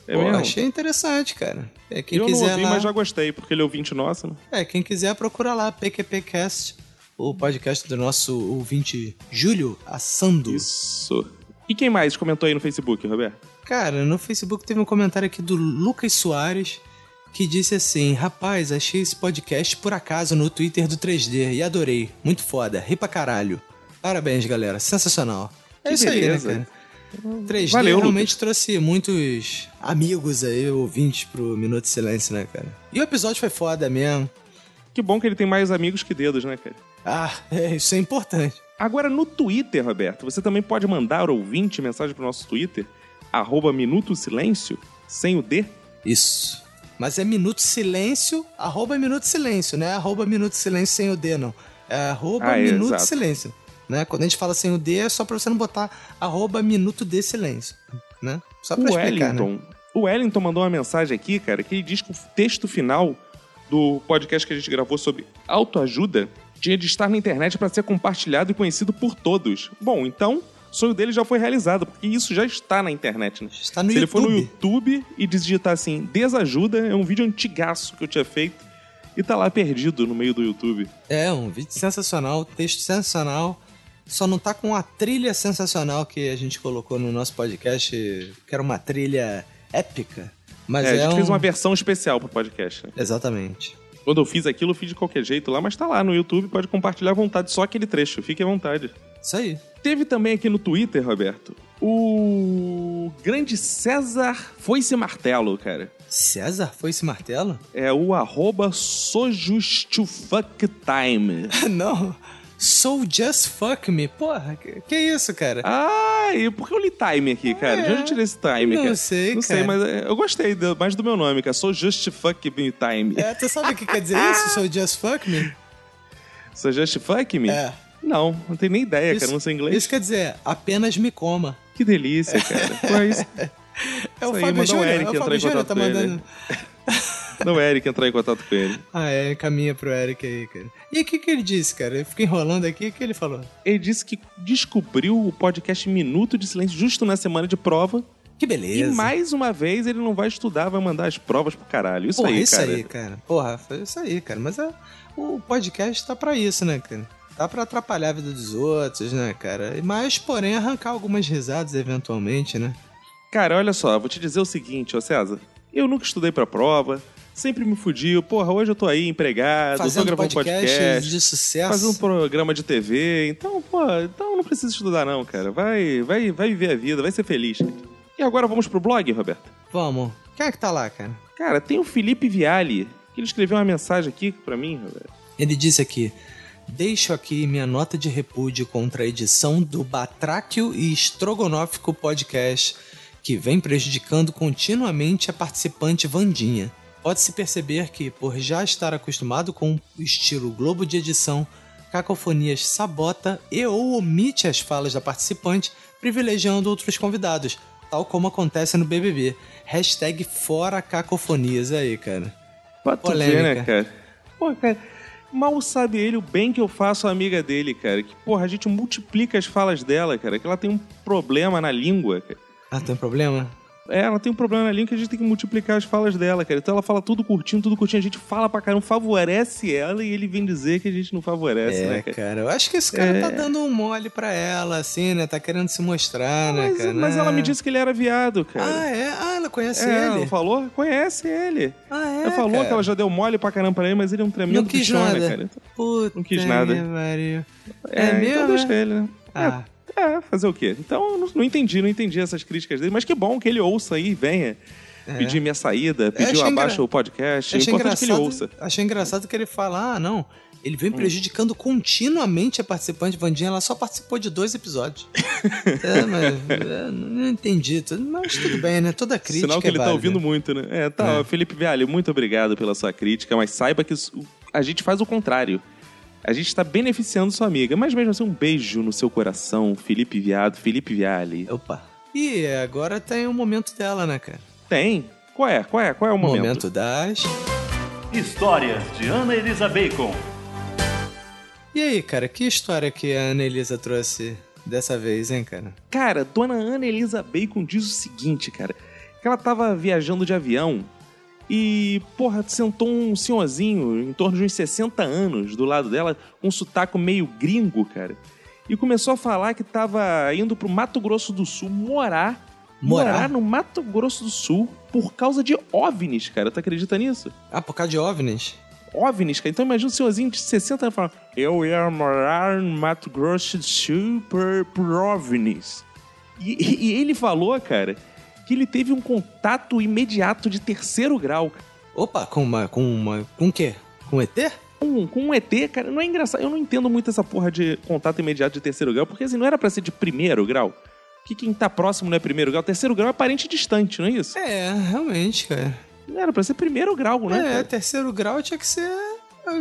S1: É
S13: pô,
S1: mesmo?
S13: achei interessante, cara. É, quem
S1: eu
S13: quiser
S1: não ouvi,
S13: lá-
S1: mas já gostei, porque ele é ouvinte nosso, né?
S13: É, quem quiser procura lá, PQPcast, o podcast do nosso ouvinte Júlio Assando.
S1: Isso. E quem mais comentou aí no Facebook, Roberto?
S13: Cara, no Facebook teve um comentário aqui do Lucas Soares que disse assim: Rapaz, achei esse podcast por acaso no Twitter do 3D e adorei. Muito foda, ri pra caralho. Parabéns, galera, sensacional. É
S1: Que
S13: isso
S1: beleza.
S13: aí, né, cara? 3D
S1: Valeu,
S13: realmente trouxe muitos amigos aí, ouvintes pro Minuto de Silêncio, né, cara? E o episódio foi foda mesmo.
S1: Que bom que ele tem mais amigos que dedos, né, cara?
S13: Ah, é, isso é importante.
S1: Agora, no Twitter, Roberto, você também pode mandar ouvinte mensagem pro nosso Twitter, arroba Minuto Silêncio, sem o D.
S13: Isso. Mas é Minuto Silêncio, arroba Minuto Silêncio, né? Arroba Minuto Silêncio sem o D, não. É arroba
S1: Ah, é,
S13: Minuto
S1: exato.
S13: Silêncio. Né? Quando a gente fala sem o D, é só pra você não botar arroba Minuto de Silêncio, né? Só pra
S1: o
S13: explicar,
S1: Wellington,
S13: né?
S1: o Wellington mandou uma mensagem aqui, cara, que ele diz que o texto final do podcast que a gente gravou sobre autoajuda tinha de estar na internet para ser compartilhado e conhecido por todos. Bom, então, o sonho dele já foi realizado, porque isso já está na internet, né?
S13: Está tá no
S1: Se ele for no
S13: YouTube.
S1: YouTube e digitar assim, desajuda, é um vídeo antigaço que eu tinha feito e tá lá perdido no meio do YouTube.
S13: É, um vídeo sensacional, texto sensacional. Só não tá com a trilha sensacional que a gente colocou no nosso podcast, que era uma trilha épica. Mas
S1: é,
S13: é,
S1: a gente
S13: um...
S1: fez uma versão especial pro podcast, né?
S13: Exatamente.
S1: Quando eu fiz aquilo, eu fiz de qualquer jeito lá, mas tá lá no YouTube, pode compartilhar à vontade, só aquele trecho, fique à vontade.
S13: Isso aí.
S1: Teve também aqui no Twitter, Roberto, o grande César Foi-se Martelo, cara.
S13: César foi esse martelo?
S1: É o arroba sojustufucktime.
S13: Não, so just fuck me. Porra, que, que isso, cara?
S1: Ai, por que eu li time aqui, cara? De onde eu tirei esse time,
S13: Ah, Não
S1: cara?
S13: sei,
S1: Não sei,
S13: cara.
S1: mas é, eu gostei do- mais do meu nome, cara. Sou Just Fuck Me Time.
S13: É, tu sabe o que quer dizer isso? So just fuck me?
S1: Sou Just Fuck Me?
S13: É.
S1: Não, não tenho nem ideia, cara. Não sei inglês.
S13: Isso quer dizer, apenas me coma.
S1: Que delícia, cara. Pô, é isso.
S13: É o
S1: Isso
S13: Fábio
S1: aí, mandou o
S13: Júnior,
S1: Eric
S13: é o
S1: entrar
S13: Fábio
S1: em
S13: Júnior
S1: contato
S13: tá
S1: com ele.
S13: mandando.
S1: Não, o Eric entrar em contato com ele.
S13: Ah, é, caminha pro Eric aí, cara. E o que que ele disse, cara? Eu fico enrolando aqui, o que ele falou?
S1: Ele disse que descobriu o podcast Minuto de Silêncio justo na semana de prova.
S13: Que beleza.
S1: E mais uma vez ele não vai estudar, vai mandar as provas pro caralho. Isso
S13: Porra,
S1: aí,
S13: isso
S1: cara.
S13: aí, cara. Porra, foi isso aí, cara. Mas é- o podcast tá pra isso, né, cara? Tá pra atrapalhar a vida dos outros, né, cara? Mas, porém, arrancar algumas risadas eventualmente, né?
S1: Cara, olha só, vou te dizer o seguinte, ô César. Eu nunca estudei pra prova, sempre me fudi. Porra, hoje eu tô aí empregado,
S13: Fazendo
S1: tô gravando
S13: podcasts
S1: um podcast,
S13: de sucesso.
S1: Fazendo um programa de TV. Então, pô, então não precisa estudar não, cara. Vai, vai, vai viver a vida, vai ser feliz. E agora vamos pro blog, Roberto?
S13: Vamos. Quem é que tá lá, cara?
S1: Cara, tem o Felipe Viale, que ele escreveu uma mensagem aqui pra mim, Roberto.
S13: Ele disse aqui: Deixo aqui minha nota de repúdio contra a edição do Batráquio e Estrogonófico Podcast, que vem prejudicando continuamente a participante Vandinha. Pode-se perceber que, por já estar acostumado com o estilo Globo de edição, Cacofonias sabota e ou omite as falas da participante, privilegiando outros convidados, tal como acontece no BBB. Hashtag fora cacofonias aí, cara.
S1: Pra tu ver, né, cara? Pô, cara, mal sabe ele o bem que eu faço a amiga dele, cara. Que, porra, a gente multiplica as falas dela, cara. Que ela tem um problema na língua, cara.
S13: Ah, tem problema?
S1: É, ela tem um problema na língua que a gente tem que multiplicar as falas dela, cara. Então ela fala tudo curtinho, tudo curtinho. A gente fala pra caramba, favorece ela e ele vem dizer que a gente não favorece,
S13: É,
S1: né, cara?
S13: cara, eu acho que esse cara
S1: É.
S13: tá dando um mole pra ela, assim, né? Tá querendo se mostrar, né,
S1: Mas,
S13: cara?
S1: mas
S13: né?
S1: ela me disse que ele era viado, cara.
S13: Ah, é? Ah, ela conhece
S1: É,
S13: ele?
S1: Ela falou? Conhece ele.
S13: Ah, é?
S1: ela falou
S13: cara?
S1: que ela já deu mole pra caramba pra ele, mas ele é um tremendo
S13: Não quis
S1: bichão, né,
S13: nada.
S1: cara?
S13: Puta
S1: não quis nada.
S13: que pariu.
S1: É,
S13: É mesmo,
S1: Então deixa
S13: é?
S1: ele, né?
S13: Ah.
S1: É, é, fazer o quê? Então, eu não, não entendi, não entendi essas críticas dele, mas que bom que ele ouça aí, venha pedir minha saída, pedir
S13: achei
S1: o abaixo
S13: engra-
S1: o podcast. É
S13: Achei
S1: importante que ele
S13: engraçado,
S1: ouça.
S13: achei engraçado que ele fala, ah, não, Ele vem prejudicando continuamente a participante Vandinha. Ela só participou de dois episódios. é, mas, é, não entendi. tudo, Mas tudo bem, né? Toda crítica
S1: Sinal que
S13: é
S1: ele tá
S13: válida.
S1: ouvindo muito, né? É, tá. ó, Felipe Vialli, muito obrigado pela sua crítica, mas saiba que isso- a gente faz o contrário. A gente tá beneficiando sua amiga, mas mesmo assim, um beijo no seu coração, Felipe Viado, Felipe Vialli.
S13: Opa. E agora tem o momento dela, né, cara?
S1: Tem. Qual é? Qual é? Qual é o
S13: momento? Momento das...
S14: Histórias de Ana Elisa Bacon.
S13: E aí, cara, que história que a Ana Elisa trouxe dessa vez, hein, cara?
S1: Cara, dona Ana Elisa Bacon diz o seguinte, cara. Que ela tava viajando de avião e, porra, sentou um senhorzinho em torno de uns 60 anos do lado dela, com um sotaque meio gringo, cara. E começou a falar que tava indo pro Mato Grosso do Sul morar.
S13: Morar?
S1: no Mato Grosso do Sul por causa de OVNIs, cara. Tu acredita nisso?
S13: Ah, por causa de OVNIs?
S1: OVNIs, cara. Então imagina um senhorzinho de 60 anos falando Eu ia morar no Mato Grosso do Sul por, por OVNIs. E, e- e ele falou, cara, que ele teve um contato imediato de terceiro grau.
S13: Opa, com uma. com uma. com o quê? Com ET?
S1: Com, com um ET, cara, não é engraçado. Eu não entendo muito essa porra de contato imediato de terceiro grau, porque assim, não era pra ser de primeiro grau. Que quem tá próximo não é primeiro grau, terceiro grau é parente distante, não é isso?
S13: É, realmente, cara.
S1: Não era pra ser primeiro grau, né?
S13: É,
S1: cara?
S13: terceiro grau tinha que ser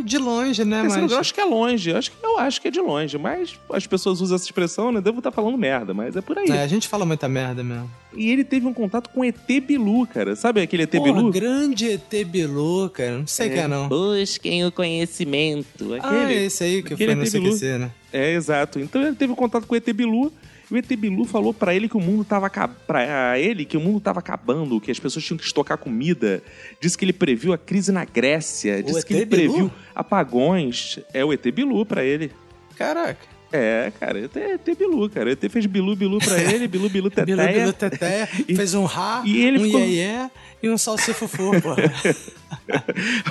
S13: de longe, né?
S1: Terceiro
S13: mas...
S1: grau acho que é longe. Eu acho, que- eu acho que é de longe. Mas as pessoas usam essa expressão, né? Devo estar falando merda, mas é por aí.
S13: É, a gente fala muita merda mesmo.
S1: E ele teve um contato com ET Bilu, cara. Sabe aquele ET
S13: Porra,
S1: Bilu?
S13: grande ET Bilu, cara. Não sei o que é, não.
S1: Busquem o conhecimento.
S13: Ah, esse aí que
S1: aquele
S13: foi no
S1: ET Bilu.
S13: CQC, né?
S1: É, exato. Então ele teve contato com o ET Bilu. E o ET Bilu falou pra ele que o mundo tava acab... pra ele que o mundo tava acabando, que as pessoas tinham que estocar comida. Disse que ele previu a crise na Grécia, disse que
S13: ET
S1: ele
S13: Bilu?
S1: previu apagões. É o ET Bilu pra ele.
S13: Caraca.
S1: É, cara, ET, ET Bilu, cara. ET fez Bilu Bilu pra ele, Bilu Bilu Teteia.
S13: Bilu Bilu Teteia, fez um rá,
S1: e ele
S13: um
S1: ficou-
S13: iê-iê e um salsifufu, porra.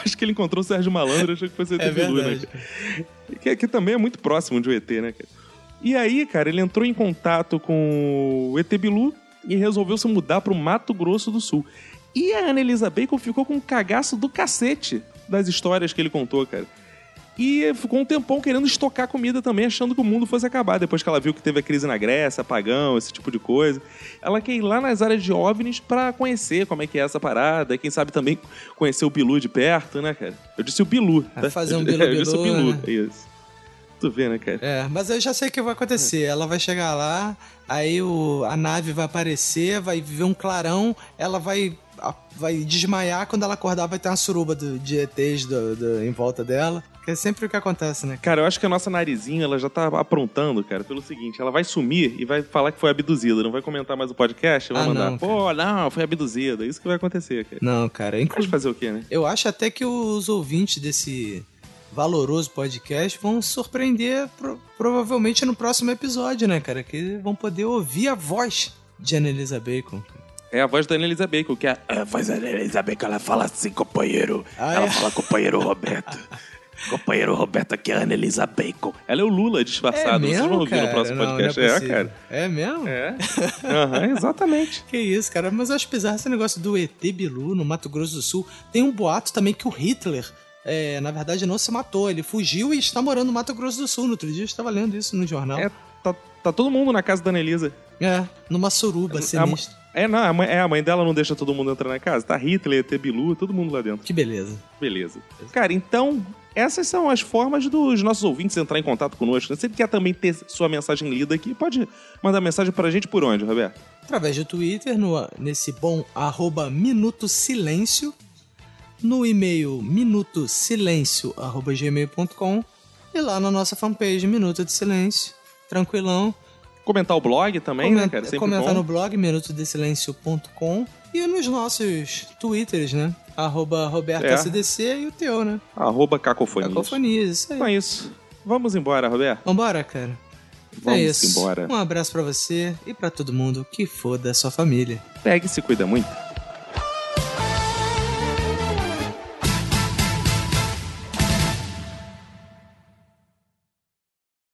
S1: acho que ele encontrou o Sérgio Malandro, achou que fosse o ET
S13: É
S1: Bilu, né?
S13: verdade.
S1: cara? Que, que também é muito próximo de um ET, né, cara? E aí, cara, ele entrou em contato com o ET Bilu e resolveu se mudar pro Mato Grosso do Sul. E a Annelisa Bacon ficou com um cagaço do cacete das histórias que ele contou, cara. E ficou um tempão querendo estocar comida também, achando que o mundo fosse acabar. Depois que ela viu que teve a crise na Grécia, apagão, esse tipo de coisa. Ela quer ir lá nas áreas de OVNIs pra conhecer como é que é essa parada. E quem sabe também conhecer o Bilu de perto, né, cara? Eu disse o Bilu.
S13: Vai fazer um
S1: Eu-
S13: Bilu
S1: Eu disse o
S13: Bilu,
S1: Bilu,
S13: né?
S1: é isso. Tu vê, né, cara?
S13: É, mas eu já sei o que vai acontecer. Ela vai chegar lá, aí o- a nave vai aparecer, vai ver um clarão, ela vai, a- vai desmaiar, quando ela acordar vai ter uma suruba do- de ETs do- do- em volta dela. Que é sempre o que acontece, né?
S1: Cara, eu
S4: é-
S1: acho que a nossa narizinha, ela já tá aprontando, cara, pelo seguinte, ela vai sumir e vai falar que foi abduzida, não vai comentar mais o podcast, vai
S13: Ah,
S1: mandar,
S13: não,
S1: pô, não, foi abduzida, isso que vai acontecer, cara.
S13: Não, cara, é
S1: Mas fazer o quê, né?
S13: Eu acho até que os ouvintes desse valoroso podcast vão surpreender pro- provavelmente no próximo episódio, né, cara? Que vão poder ouvir a voz de Annalisa Bacon.
S1: É a voz da Annalisa Bacon, que é a voz da Annalisa Bacon, ela fala assim, companheiro.
S13: Ah, é?
S1: ela fala, companheiro Roberto. companheiro Roberto aqui é a Annalisa Bacon. Ela é o Lula disfarçado, vocês vão ouvir no próximo
S13: Não, não
S1: podcast. é,
S13: possível.
S1: cara.
S13: É mesmo?
S1: É. Aham, exatamente.
S13: Que isso, cara. Mas eu acho bizarro esse negócio do ET Bilu no Mato Grosso do Sul. Tem um boato também que o Hitler, é, na verdade, não se matou. Ele fugiu e está morando no Mato Grosso do Sul. No outro dia eu estava lendo isso no jornal.
S1: É, tá, tá todo mundo na casa da Annelisa.
S13: É, numa suruba
S1: A mãe-
S13: sinistra.
S1: é, não, a mãe, é, a mãe dela não deixa todo mundo entrar na casa. Tá Hitler, ET Bilu, todo mundo lá dentro.
S13: Que beleza.
S1: Beleza. Cara, então, essas são as formas dos nossos ouvintes entrar em contato conosco. né? Se ele quer também ter sua mensagem lida aqui, pode mandar mensagem pra gente por onde, Roberto?
S13: Através do Twitter, no, nesse bom arroba Minuto Silêncio. No e-mail minutosilêncio arroba gmail.com. E lá na nossa fanpage Minuto de Silêncio. Tranquilão.
S1: Comentar o blog também,
S13: Comenta-
S1: né, cara? Sempre
S13: comentar
S1: bom.
S13: no blog minutodesilencio.com e nos nossos twitters, né? Arroba Roberto
S1: É.
S13: SDC e o teu, né?
S1: Arroba cacofonias.
S13: Cacofonias, isso aí.
S1: Então é isso. Vamos embora, Roberto?
S13: Vambora, cara.
S1: Vamos
S13: é isso.
S1: embora.
S13: Um abraço pra você e pra todo mundo que foda a sua família.
S1: Pegue e se cuida muito.